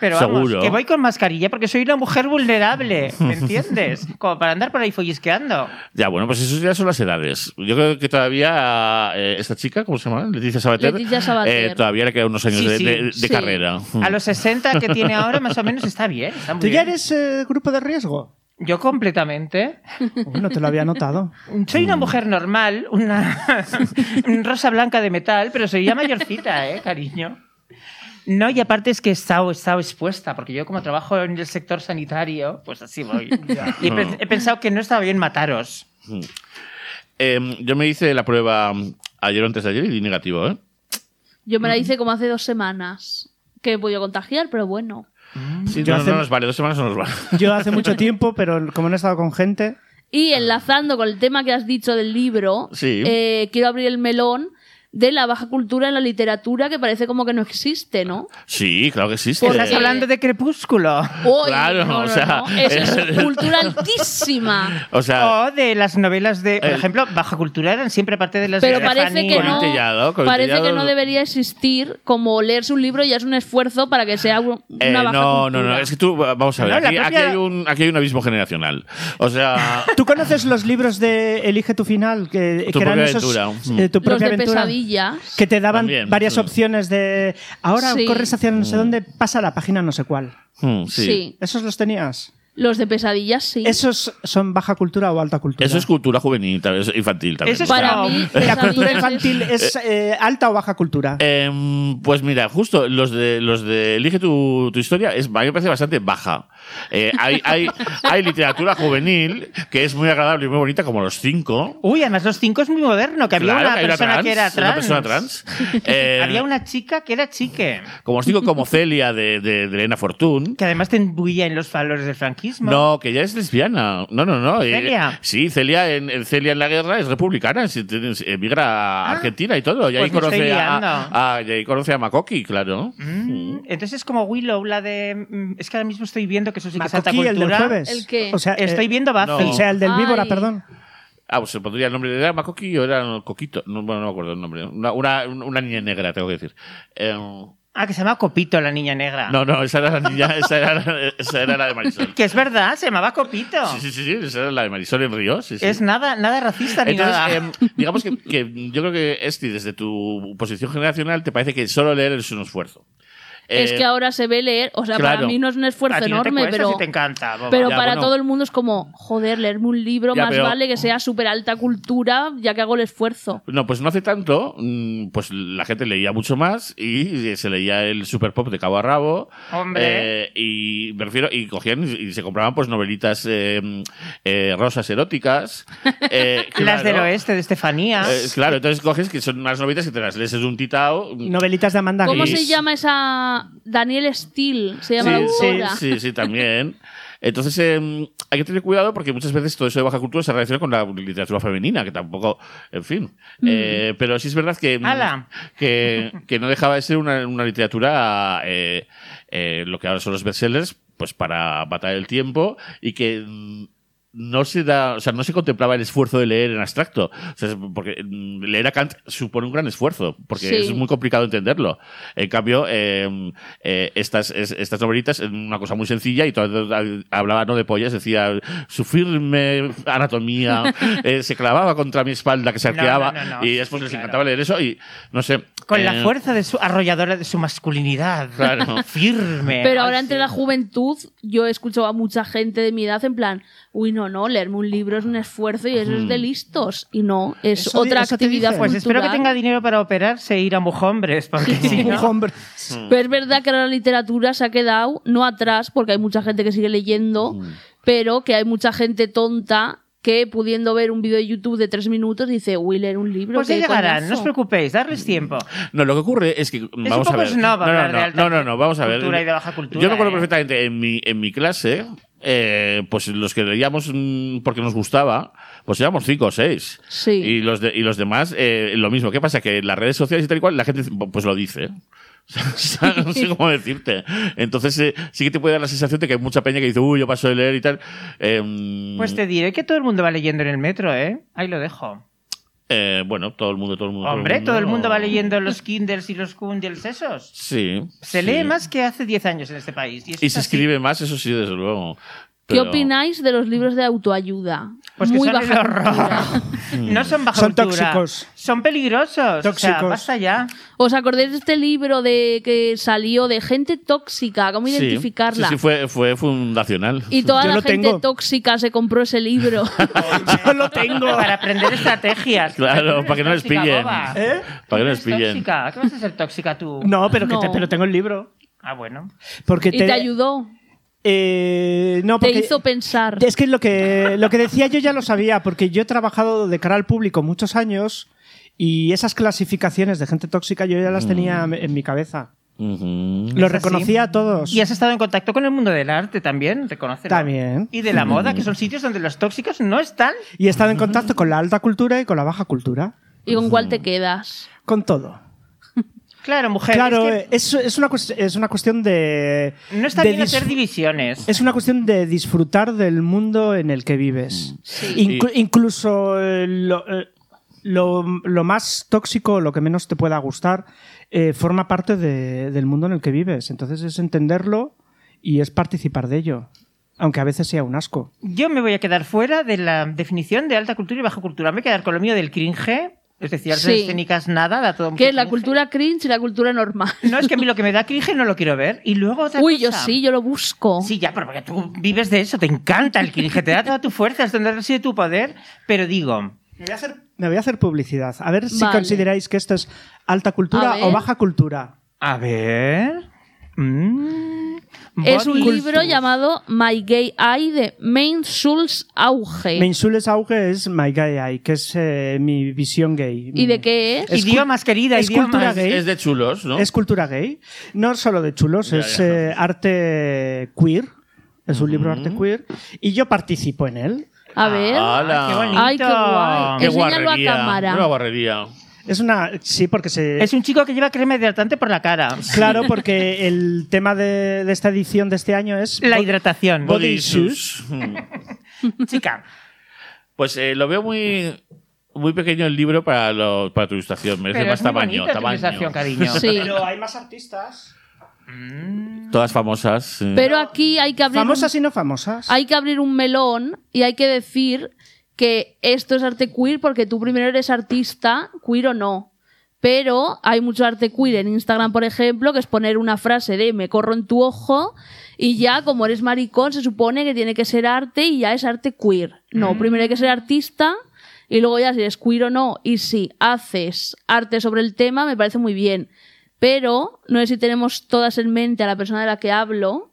Pero vamos, Seguro. que voy con mascarilla porque soy una mujer vulnerable, ¿me entiendes? Como para andar por ahí follisqueando. Ya, bueno, pues eso ya son las edades. Yo creo que todavía eh, esta chica, ¿cómo se llama? Leticia Sabater. Leticia Sabater. eh, todavía le quedan unos años Sí, de, sí. de- de Sí. carrera. A los 60 que tiene ahora, más o menos, está bien. está muy ¿Tú ya bien. eres eh, grupo de riesgo? Yo completamente. Uy, no te lo había notado. Soy Mm. una mujer normal, una <laughs> rosa blanca de metal, pero soy ya mayorcita, ¿eh, cariño? No, y aparte es que he estado, he estado expuesta, porque yo como trabajo en el sector sanitario, pues así voy. Y he, pe- he pensado que no estaba bien mataros. Eh, yo me hice la prueba mm, ayer o antes de ayer y di negativo, ¿eh? Yo me la hice como hace dos semanas. Que me podía contagiar, pero bueno. Sí, Yo no, hace- no nos vale, dos semanas no nos vale. Yo hace mucho tiempo, pero como no he estado con gente, Y enlazando con el tema que has dicho del libro, Sí. eh, quiero abrir el melón de la baja cultura en la literatura que parece como que no existe, <laughs> ¿no? <laughs> Sí, claro que existe. Pues Estás hablando de crepúsculo. Uy, Claro, o sea, Eso eh, es <laughs> cultura altísima. O Oh, sea, O de las novelas de, por El- ejemplo, Baja Cultura eran siempre parte de las Pero de parece Fanny. que no, Corintellado, parece corintellado. que no debería existir como leerse un libro ya es un esfuerzo para que sea un- una eh, baja no, no, no, cultura. es que tú, vamos a ver, No, la aquí, aquí propia- hay un, aquí hay un abismo generacional. <laughs> O sea, ¿Tú conoces los libros de Elige tu final? Que, Tu que eran propia esos, aventura. Mm. eh, tu Los de propia aventura. pesadillas. Que te daban También, mm. varias sí. opciones de. Ahora Sí. corres hacia no sé dónde, pasa la página no sé cuál. mm, Sí. sí. ¿Esos los tenías? Los de pesadillas sí. ¿Esos son baja cultura o alta cultura? Eso es cultura juvenil, tal vez, infantil también. Eso es o sea, para como- mí ¿La cultura pesadillas infantil es- es eh, alta o baja cultura? Em, pues mira, justo los de los de Elige tu, tu historia es, a mí me parece bastante baja. Eh, hay, <laughs> hay, hay literatura juvenil que es muy agradable y muy bonita, como los cinco. Uy, además los cinco es muy moderno, que había Claro, una que hay persona trans, que era trans. Una persona trans. Eh, <laughs> Había una chica que era chique, Como os digo, como Celia de, de, de Elena Fortún. que además te embuía en los valores del franquismo. No, que ya es lesbiana. No, no, no. eh, ¿Celia? sí, Celia en, en Celia en la guerra es republicana, es- es- emigra a Argentina y todo. Y ahí, Ah, pues me conoce estoy a, liando. a- y ahí conoce a Makoki, claro. Mm, Entonces es como Willow, la de... mm, Es que ahora mismo estoy viendo que eso sí que es alta Macoqui, el del cultura. jueves. ¿El qué? O sea, eh, Estoy viendo Buffy. No. O sea, el del Ay. víbora, perdón. Ah, pues se pondría el nombre de ¿era Makoki o era Coquito. No, bueno, no me acuerdo el nombre. Una, una, una niña negra, tengo que decir. Eh, no, Ah, que se llama Copito, la niña negra. no, esa era la niña, esa era, esa era la de <laughs> Marisol. Que es verdad, se llamaba Copito. Sí, sí, sí, sí, esa era la de Marisol en Río. Sí, sí. Es nada, nada racista ni Entonces, <laughs> nada. em, digamos que, que yo creo que, Esti, desde tu posición generacional, te parece que solo leer es un esfuerzo. es Eh, que ahora se ve leer, o sea, claro. para mí no es un A esfuerzo ti no te enorme, cuesta pero si te encanta. boba. pero Ya, para bueno. todo el mundo es como, joder, leerme un libro Ya, más pero- vale que sea súper alta cultura, ya que hago el esfuerzo. No, pues no hace tanto, mm, pues la gente leía mucho más y eh, se leía el super pop de cabo a rabo. Hombre. Eh, y me refiero, y cogían y, y se compraban pues novelitas eh, eh, <laughs> rosas eróticas. eh, Las claro. del oeste, de Estefanía. Eh, claro, entonces coges que son unas novelitas que te las lees es un titao. Novelitas de Amanda ¿Cómo Gris. se llama esa Daniel Steele? Se llama la sí, autora. sí, sí, también. Entonces, eh, hay que tener cuidado porque muchas veces todo eso de baja cultura se relaciona con la literatura femenina, que tampoco, en fin. Mm. Eh, pero sí es verdad que, mm, ¡Hala! que, que no dejaba de ser una, una literatura, eh, eh, lo que ahora son los bestsellers, pues para matar el tiempo y que mm, no se da, o sea, no se contemplaba el esfuerzo de leer en abstracto. O sea, es porque mm, leer a Kant supone un gran esfuerzo, porque Sí. es muy complicado entenderlo. En cambio, eh, eh, estas, es- estas novelitas, eh, una cosa muy sencilla, y todo, hablaba no de pollas, decía su firme <laughs> anatomía eh, se clavaba contra mi espalda que se No, no, arqueaba, no, no. y después les Claro. encantaba leer eso, y no sé. Con eh, la fuerza de su arrolladora de su masculinidad. Claro. <laughs> Firme. Pero Ay, ahora sí. entre la juventud yo he escuchado a mucha gente de mi edad en plan, uy, no, no, leerme un libro es un esfuerzo y eso es de listos. Y no, es Eso di- otra eso te actividad dicen. Pues espero que cultural. tenga dinero para operarse e ir a Mujombres, porque si no- Hombre. <laughs> Pero es verdad que ahora la literatura se ha quedado no atrás, porque hay mucha gente que sigue leyendo, pero que hay mucha gente tonta que pudiendo ver un vídeo de YouTube de tres minutos dice, uy, leer un libro. Pues ya qué llegarán, coñazo". no os preocupéis, Mm. darles tiempo. No, lo que ocurre es que vamos un poco a ver. snob no, no, hablar no, de alta no, no, no, vamos a ver. cultura y de baja cultura, Yo me acuerdo ¿eh? perfectamente en mi en mi clase, eh, pues los que leíamos mm, porque nos gustaba, pues éramos cinco o seis. Sí. Y los de- y los demás eh, lo mismo. ¿Qué pasa? Que en las redes sociales y tal y cual la gente pues lo dice. <laughs> O sea, no sé cómo decirte. Entonces, eh, sí que te puede dar la sensación de que hay mucha peña que dice, uy, yo paso de leer y tal. Em, Pues te diré que todo el mundo va leyendo en el metro, ¿eh? Ahí lo dejo. eh, bueno, todo el mundo, todo el mundo. Hombre, todo el mundo va leyendo los Kindles y los Kundels esos. Sí. Se sí. lee más que hace 10 años en este país. Y, eso Y es se así. escribe más, eso sí, desde luego. ¿Qué Pero- opináis de los libros de autoayuda? Pues que Muy son el baja horror. cultura. <laughs> No son baja Son cultura. tóxicos. Son peligrosos. O sea, Tóxicos. basta <laughs> ya. ¿Os acordáis de este libro de que salió de gente tóxica? ¿Cómo Sí, identificarla? Sí, sí, fue, fue fundacional. Y toda Yo la lo gente tengo. tóxica se compró ese libro. Yo lo tengo. <laughs> Para aprender estrategias. <laughs> Claro, para que no les Tóxica, pillen. ¿Eh? boba. Para que no les Eres pillen. tóxica. ¿Qué vas a ser tóxica tú? No, pero que No. Te, pero tengo el libro. Ah, bueno. Porque y te ayudó, Eh, no, te porque- hizo pensar. Es que lo que lo que decía yo ya lo sabía, porque yo he trabajado de cara al público muchos años y esas clasificaciones de gente tóxica yo ya las tenía en mi cabeza. Ujú. Los Mm. Es así. reconocía a todos. Y has estado en contacto con el mundo del arte también, reconócelo. También. Y de la moda, que son sitios donde los tóxicos no están. Y he estado en contacto con la alta cultura y con la baja cultura. ¿Y con cuál te quedas? Con todo. Claro, mujer. claro, es que eh, es, es una, cues- es una cuestión de. no está de bien hacer disfr- divisiones. Es una cuestión de disfrutar del mundo en el que vives. Inclu- incluso eh, lo, eh, lo- lo más tóxico, lo que menos te pueda gustar, eh, forma parte de- del mundo en el que vives. Entonces es entenderlo y es participar de ello. Aunque a veces sea un asco. Yo me voy a quedar fuera de la definición de alta cultura y baja cultura. Me voy a quedar con lo mío del cringe, es decir, artes Sí. escénicas nada, da todo mucho ¿Qué es la cringe. cultura cringe y la cultura normal? No, es que a mí lo que me da cringe no lo quiero ver. Y luego otra Uy, yo cosa. sí, yo lo busco. Sí, ya, pero porque tú vives de eso, te encanta el cringe, te da toda tu fuerza, es donde reside tu poder. Pero digo, Me voy a hacer, publicidad. A ver si Vale. consideráis que esto es alta A cultura ver. o baja cultura. a ver. mm, es un body libro cultus. llamado My Gay Eye de Main Schulz Auge. Me insules auge es My Guy Eye, que es eh, mi visión gay. ¿Y de qué es? Es cul- idiomas, querida, es idiomas. cultura gay. Es de chulos, ¿no? Es cultura gay. No solo de chulos, Ya, es ya. eh, arte queer. Es un libro arte queer. Y yo participo en él. A ver. ¡Hala! Ay, qué Ah, bonito. Ay, qué guay. Ah, ¡Qué ¿Eh? Ah, Enséñalo a guarrería! cámara. Una guarrería. Es una. Sí, porque se. Es un chico que lleva crema hidratante por la cara. Claro, porque el tema de, de esta edición de este año es. La hidratación. Body Body issues. issues. Mm. <laughs> Chica. Pues eh, lo veo muy, muy pequeño el libro para, lo- para tu ilustración. Es de Pero más es muy tamaño. bonita tu tamaño. ilustración, cariño. Sí. Pero hay más artistas. Todas famosas. sí. Pero aquí hay que abrir. un- Famosas y no famosas. hay que abrir un melón y hay que decir que esto es arte queer porque tú primero eres artista, queer o no. Pero hay mucho arte queer en Instagram, por ejemplo, que es poner una frase de me corro en tu ojo y ya como eres maricón se supone que tiene que ser arte y ya es arte queer. No, primero hay que ser artista y luego ya si eres queer o no. Y si haces arte sobre el tema me parece muy bien. Pero no sé si tenemos todas en mente a la persona de la que hablo.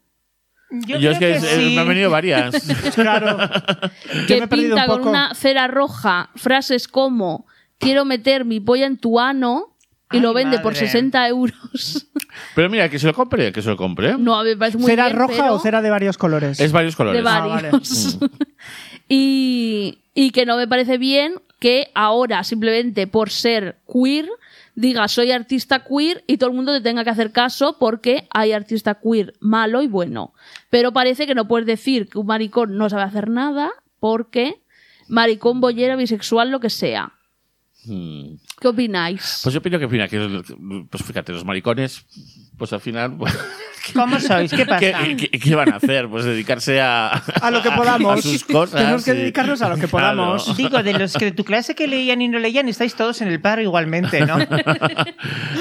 Yo, es que, es- eh, me han <laughs> venido varias. <laughs> <laughs> Claro. Yo me que he perdido pinta un con poco. una cera roja frases como quiero meter mi polla en tu ano y lo vende por madre. 60 euros. <laughs> Pero mira, que se lo compre, que se lo compre. no, a mí me parece muy ¿Cera bien, roja pero o cera de varios colores? Es varios de colores. vale. Mm. varios. <laughs> y, y que no me parece bien que ahora, simplemente por ser queer, diga soy artista queer y todo el mundo te tenga que hacer caso porque hay artista queer malo y bueno. Pero parece que no puedes decir que un maricón no sabe hacer nada porque maricón, bollera, bisexual, lo que sea. Mm. ¿Qué opináis? Pues yo opino que, mira, que, pues fíjate, los maricones, pues al final, ¿Cómo sois? <laughs> ¿Qué pasa? ¿qué, qué- qué van a hacer? Pues dedicarse a, A lo que <laughs> podamos. a sus cosas. Tenemos que y- dedicarnos a lo que <laughs> podamos. <laughs> Claro. Digo, de los que de tu clase que leían y no leían, estáis todos en el paro igualmente, ¿no? <laughs>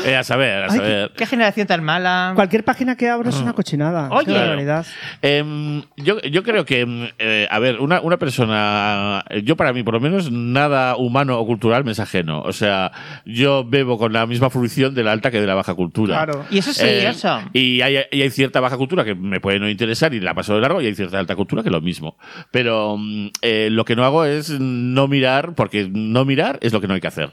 Eh, a saber, a Ay, saber. Qué generación tan mala. Cualquier página que Ah. abro es una cochinada. Oye. Qué barbaridad. Em, yo, yo creo que, em, eh, a ver, una, una persona, eh, yo para mí por lo menos, nada humano o cultural me es ajeno. O sea, yo bebo con la misma fruición de la alta que de la baja cultura. Claro. Y eso es Eh, curioso. y, hay, y hay cierta baja cultura que me puede no interesar y la paso de largo, y hay cierta alta cultura que lo mismo. Pero mm, eh, lo que no hago es no mirar, porque no mirar es lo que no hay que hacer.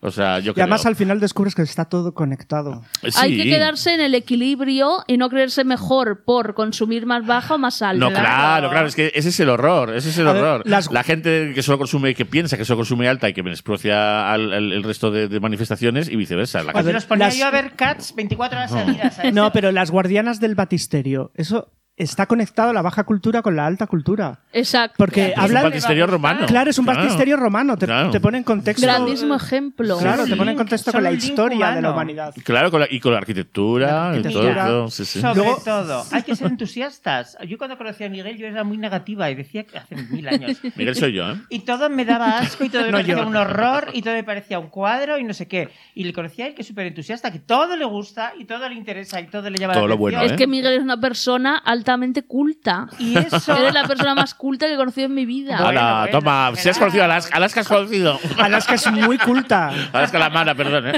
O sea, yo Y creo además al final descubres que está todo conectado. Hay que Sí. quedarse en el equilibrio y no creerse mejor por consumir más baja o más alta. No, claro, claro, es que ese es el horror, ese es el A ver, horror. las- La gente que solo consume, que piensa que solo consume alta y que menosprecia al, al- el resto de, de manifestaciones y viceversa. La Cuando gente- ver, nos ponía las- yo a ver Cats 24 horas seguidas. ¿eh? No, pero las guardianas del batisterio, eso está conectado la baja cultura con la alta cultura. Exacto. Porque es un hablan... baptisterio romano. eh, Claro, es un baptisterio romano, te, Claro. te pone en contexto... Grandísimo ejemplo. Claro, te pone en Sí, contexto son con la un link historia de la humano. humanidad. Claro, con la- y con la arquitectura, y todo, Mira, todo, sí, sí. Sobre Luego- todo, hay que ser entusiastas. Yo cuando conocí a Miguel, yo era muy negativa y decía que hace mil años. Miguel soy yo, ¿eh? Y todo me daba asco y todo me <laughs> No, parecía yo. un horror y todo me parecía un cuadro y no sé qué. Y le conocí a él que es súper entusiasta, que todo le gusta y todo le interesa y todo le llama la Todo lo atención. bueno, Es ¿eh? que Miguel es una persona altamente culta. Y eso... Eres la persona más culta que he conocido en mi vida. Ala, bueno, toma, bueno. si has conocido a Alaska, Alaska has conocido. <laughs> Alaska es muy culta. <laughs> Alaska la mala, perdón, ¿eh?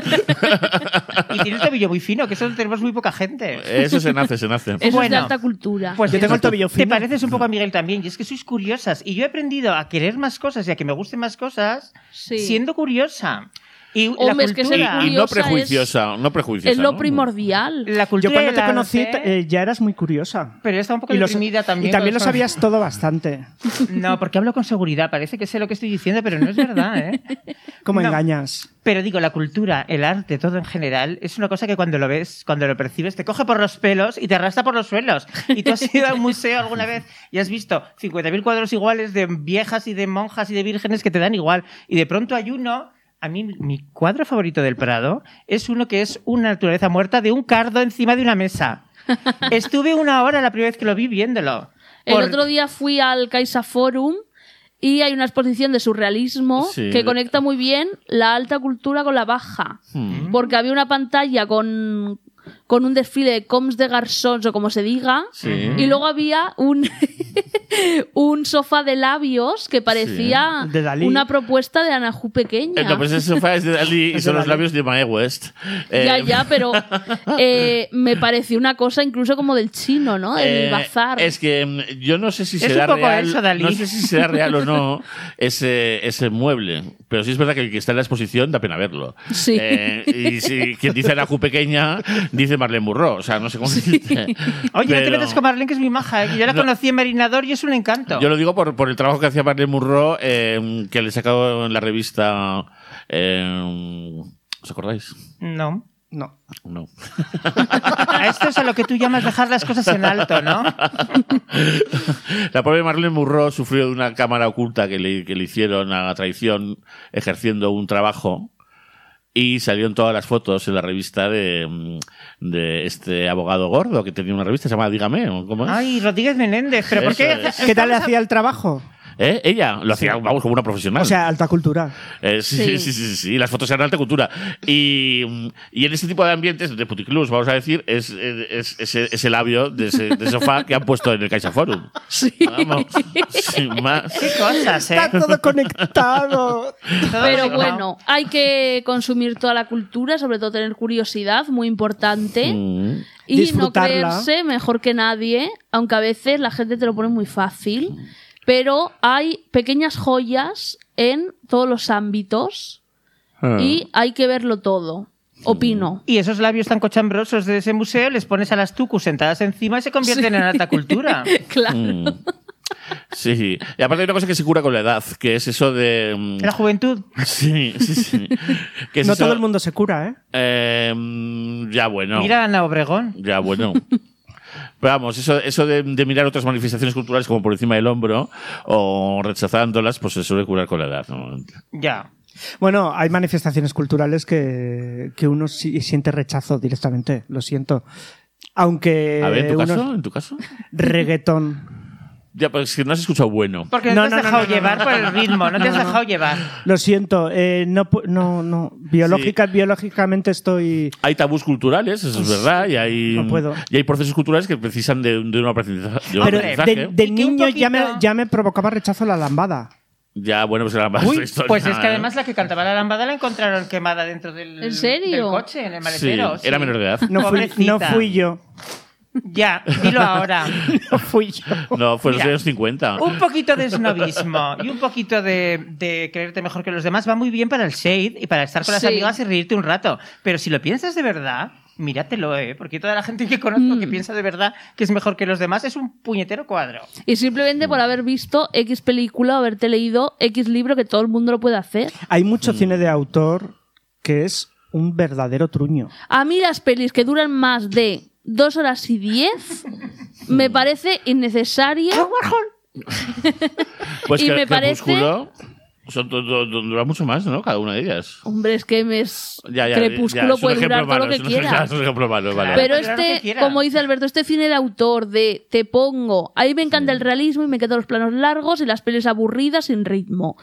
Y tiene el tobillo muy fino, que eso lo tenemos muy poca gente. Eso se nace, se nace. Eso es de Bueno. alta cultura. Pues Yo tengo el tobillo Te fino. pareces un poco a Miguel también, y es que sois curiosas. Y yo he aprendido a querer más cosas y a que me gusten más cosas Sí. siendo curiosa. Y Hombre, la es que Y, ser cultura, y curiosa no prejuiciosa, no prejuiciosa. es lo ¿no? primordial. la cultura Yo cuando de te la conocí arte- eh, ya eras muy curiosa. Pero yo estaba un poco Y lo- deprimida también. y también lo cuando- sabías todo bastante. No, porque hablo con seguridad. Parece que sé lo que estoy diciendo, pero no es verdad, ¿eh? <laughs> Como No. engañas. Pero digo, la cultura, el arte, todo en general, es una cosa que cuando lo ves, cuando lo percibes, te coge por los pelos y te arrastra por los suelos. Y tú has ido a un museo alguna vez y has visto 50.000 cuadros iguales de viejas y de monjas y de vírgenes que te dan igual. Y de pronto hay uno... A mí mi cuadro favorito del Prado es uno que es una naturaleza muerta de un cardo encima de una mesa. Estuve una hora la primera vez que lo vi viéndolo. El Por- otro día fui al Caixa Forum y hay una exposición de surrealismo Sí. que conecta muy bien la alta cultura con la baja. Hmm. Mm. Porque había una pantalla con, con un desfile de coms de garçons o como se diga. Sí. Mm. Y luego había un, <laughs> un sofá de labios que parecía Sí. De Dalí. una propuesta de Anahu pequeña. Eh, No, pues ese sofá es de Dalí <laughs> y son los labios de Mae West. Eh, ya, ya, <laughs> pero eh, me pareció una cosa incluso como del chino, ¿no? El eh, bazar. Es que mm, yo no sé si Es será un poco real. eso, Dalí. No sé si será real o no ese, ese mueble. Pero sí es verdad que el que está en la exposición da pena verlo. Sí. Eh, y si quien dice Anahu pequeña, dice Marlene Burro. O sea, no sé cómo se dice. Oye, no te Pero- metas con Marlene, que es mi maja. ¿eh? Yo la No. conocí en Marinador y es un encanto. Yo lo digo por, por el trabajo que hacía Marlene Murro, eh, que le he sacado en la revista. eh, ¿Os acordáis? No. No. No. A esto es a lo que tú llamas dejar las cosas en alto, ¿no? La pobre Marlene Murro sufrió de una cámara oculta que le, que le hicieron a la traición ejerciendo un trabajo y salieron todas las fotos en la revista de, mm, de este abogado gordo que tenía una revista se llamaba Dígame, ¿o ¿cómo es? Ay, Rodríguez Menéndez, ¿pero por Pues. Eso qué? es. ¿Qué tal le hacía el trabajo? ¿Eh? Ella lo hacía, vamos, como una profesional. O sea, alta cultura. Eh, sí, sí. Sí. sí, sí, sí, las fotos eran alta cultura. Y, mm, y en este tipo de ambientes, de puticlubs, vamos a decir, es, es- es- es- ese labio de ese de sofá que han puesto en el Caixa <laughs> Forum. sí. Vamos, sin más. Qué cosas, ¿eh? Está todo <laughs> conectado. Todo Pero conectado. bueno, hay que consumir toda la cultura, sobre todo tener curiosidad, muy ¿Eh? importante. Mm. Y no Disfrutarla. creerse mejor que nadie, aunque a veces la gente te lo pone muy fácil. Pero hay pequeñas joyas en todos los ámbitos y hay que verlo todo. Opino. Y esos labios tan cochambrosos de ese museo les pones a las tucus sentadas encima y se convierten en <laughs> alta cultura. Claro. Sí. Y aparte hay una cosa que se cura con la edad, que es eso de. mm, La juventud. <laughs> Sí, sí, sí. Que es No eso- todo el mundo se cura, ¿eh? Eh, mm, ya bueno. Mira a Ana Obregón. Ya bueno. Pero vamos, eso, eso de, de mirar otras manifestaciones culturales como por encima del hombro o rechazándolas, pues se suele curar con la edad. ¿no? Ya. Bueno, hay manifestaciones culturales que, que uno si- siente rechazo directamente, lo siento. Aunque A ver, ¿en tu uno- caso? ¿En tu caso? reggaetón. Ya, pues que no has escuchado bueno. Porque no, No, te no, has no, dejado no, no, llevar no. por el ritmo, no te has No, no, no. dejado llevar. Lo siento, eh, no, pu- no, no. Biológica, Biológicamente estoy. Hay tabús culturales, eso es verdad, y hay, No puedo. y hay procesos culturales que precisan de, de un aprendiza- de un Pero aprendizaje. de, de Y que un niño ya, me, poquito- ya me provocaba rechazo la lambada. Ya, bueno, pues era más Uy, historia. pues es que ¿eh? además la que cantaba la lambada la encontraron quemada dentro del, ¿En serio? del coche, en el Sí, maletero. sí. era menor de edad. No fui, Pobrecita. no <laughs> fui yo. Ya, dilo ahora. No fui yo. No, fue en los Mira. años 50. Un poquito de snobismo y un poquito de, de creerte mejor que los demás va muy bien para el shade y para estar con las Sí. amigas y reírte un rato. Pero si lo piensas de verdad, míratelo, ¿eh? Porque toda la gente que conozco Mm. que piensa de verdad que es mejor que los demás es un puñetero cuadro. Y simplemente por haber visto X película o haberte leído X libro que todo el mundo lo puede hacer. Hay Mm. mucho cine de autor que es un verdadero truño. A mí las pelis que duran más de dos horas y diez me parece innecesaria. Pues y que, me parece- Crepúsculo son, do- do- do- dura mucho más, ¿no? Cada una de ellas. Hombre, es que me es... Ya, ya, ya, Crepúsculo es un puede ejemplo durar todo malo, lo que es un- ya, quiera. es un ejemplo malo, vale. Claro, Pero puede durar lo que este, quiera. como dice Alberto, este cine de autor de te pongo, ahí me encanta el realismo y me quedan los planos largos y las pelis aburridas sin ritmo.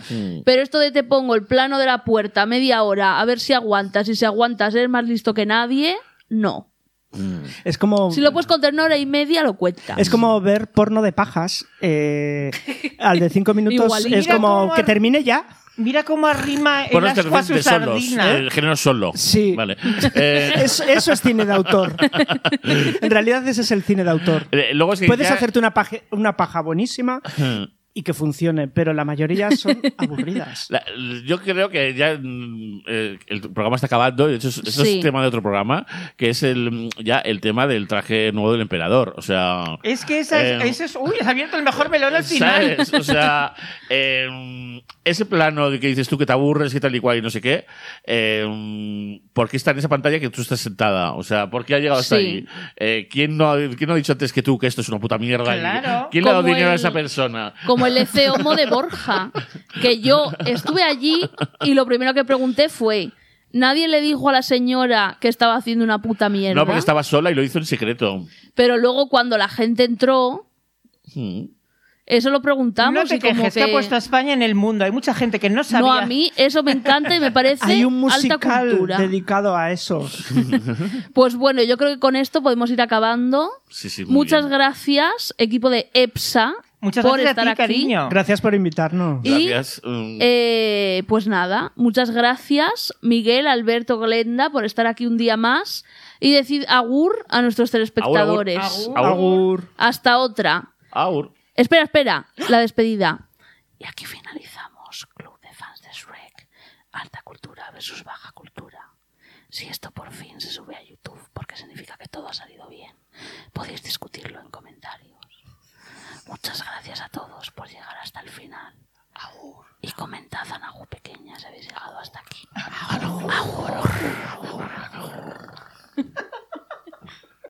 Pero esto de te pongo el plano de la puerta media hora, a ver si aguantas, si se aguantas, eres más listo que nadie, no. Es como. Si lo puedes contar en hora y media, lo cuentas. Es como ver porno de pajas. eh, al <laughs> de cinco minutos Igual, y es mira como cómo que ar- termine ya. Mira cómo arrima el Ponos asco a su de solos, sardina. eh, el género solo. Sí. Vale. Eh, Es- eso es cine de autor. en realidad ese es el cine de autor. eh, luego es que Puedes ya- hacerte una, paje- una paja buenísima y que funcione, pero la mayoría <laughs> son aburridas. <clears throat> La- yo creo que ya mm, eh, el programa está acabando, y de hecho es- eso Sí. es tema de otro programa, que es el mm, ya el tema del traje nuevo del emperador. O sea, Es que esa es, Eh, esa es- Uy, has abierto el mejor melón al final. ¿Sabes? O sea, eh, ese plano de que dices tú que te aburres y tal y cual y no sé qué, eh, ¿por qué está en esa pantalla que tú estás sentada? O sea, ¿por qué ha llegado hasta Sí. ahí? Eh, ¿quién, no ha, quién no ha dicho antes que tú que esto es una puta mierda? y- Claro. ¿Quién le ha dado Como dinero a el- esa persona? Como el Ece Homo de Borja, que yo estuve allí y lo primero que pregunté fue, nadie le dijo a la señora que estaba haciendo una puta mierda, No, porque estaba sola y lo hizo en secreto. pero luego cuando la gente entró, Hmm. eso lo preguntamos No te y como quejes, que... ha que- puesto a España en el mundo. Hay mucha gente que no sabía. No, a mí eso me encanta <laughs> y me parece Hay un alta musical cultura. dedicado a eso. Pues bueno, yo creo que con esto podemos ir acabando. Sí, sí, muy Muchas bien. gracias, equipo de EPSA, Muchas por gracias a estar ti, aquí. cariño. Gracias por invitarnos. Y, Gracias. Mm. eh, pues nada, muchas gracias, Miguel, Alberto, Glenda, por estar aquí un día más y decir agur a nuestros Agur, agur. telespectadores. Agur. Hasta otra. Aur. Espera, espera, la despedida. Y aquí finalizamos Club de Fans de Shrek, alta cultura versus baja cultura. Si esto por fin se sube a YouTube, porque significa que todo ha salido bien, podéis discutirlo en comentarios. Muchas gracias a todos por llegar hasta el final. Y comentad a Nagu Pequeña si habéis llegado hasta aquí.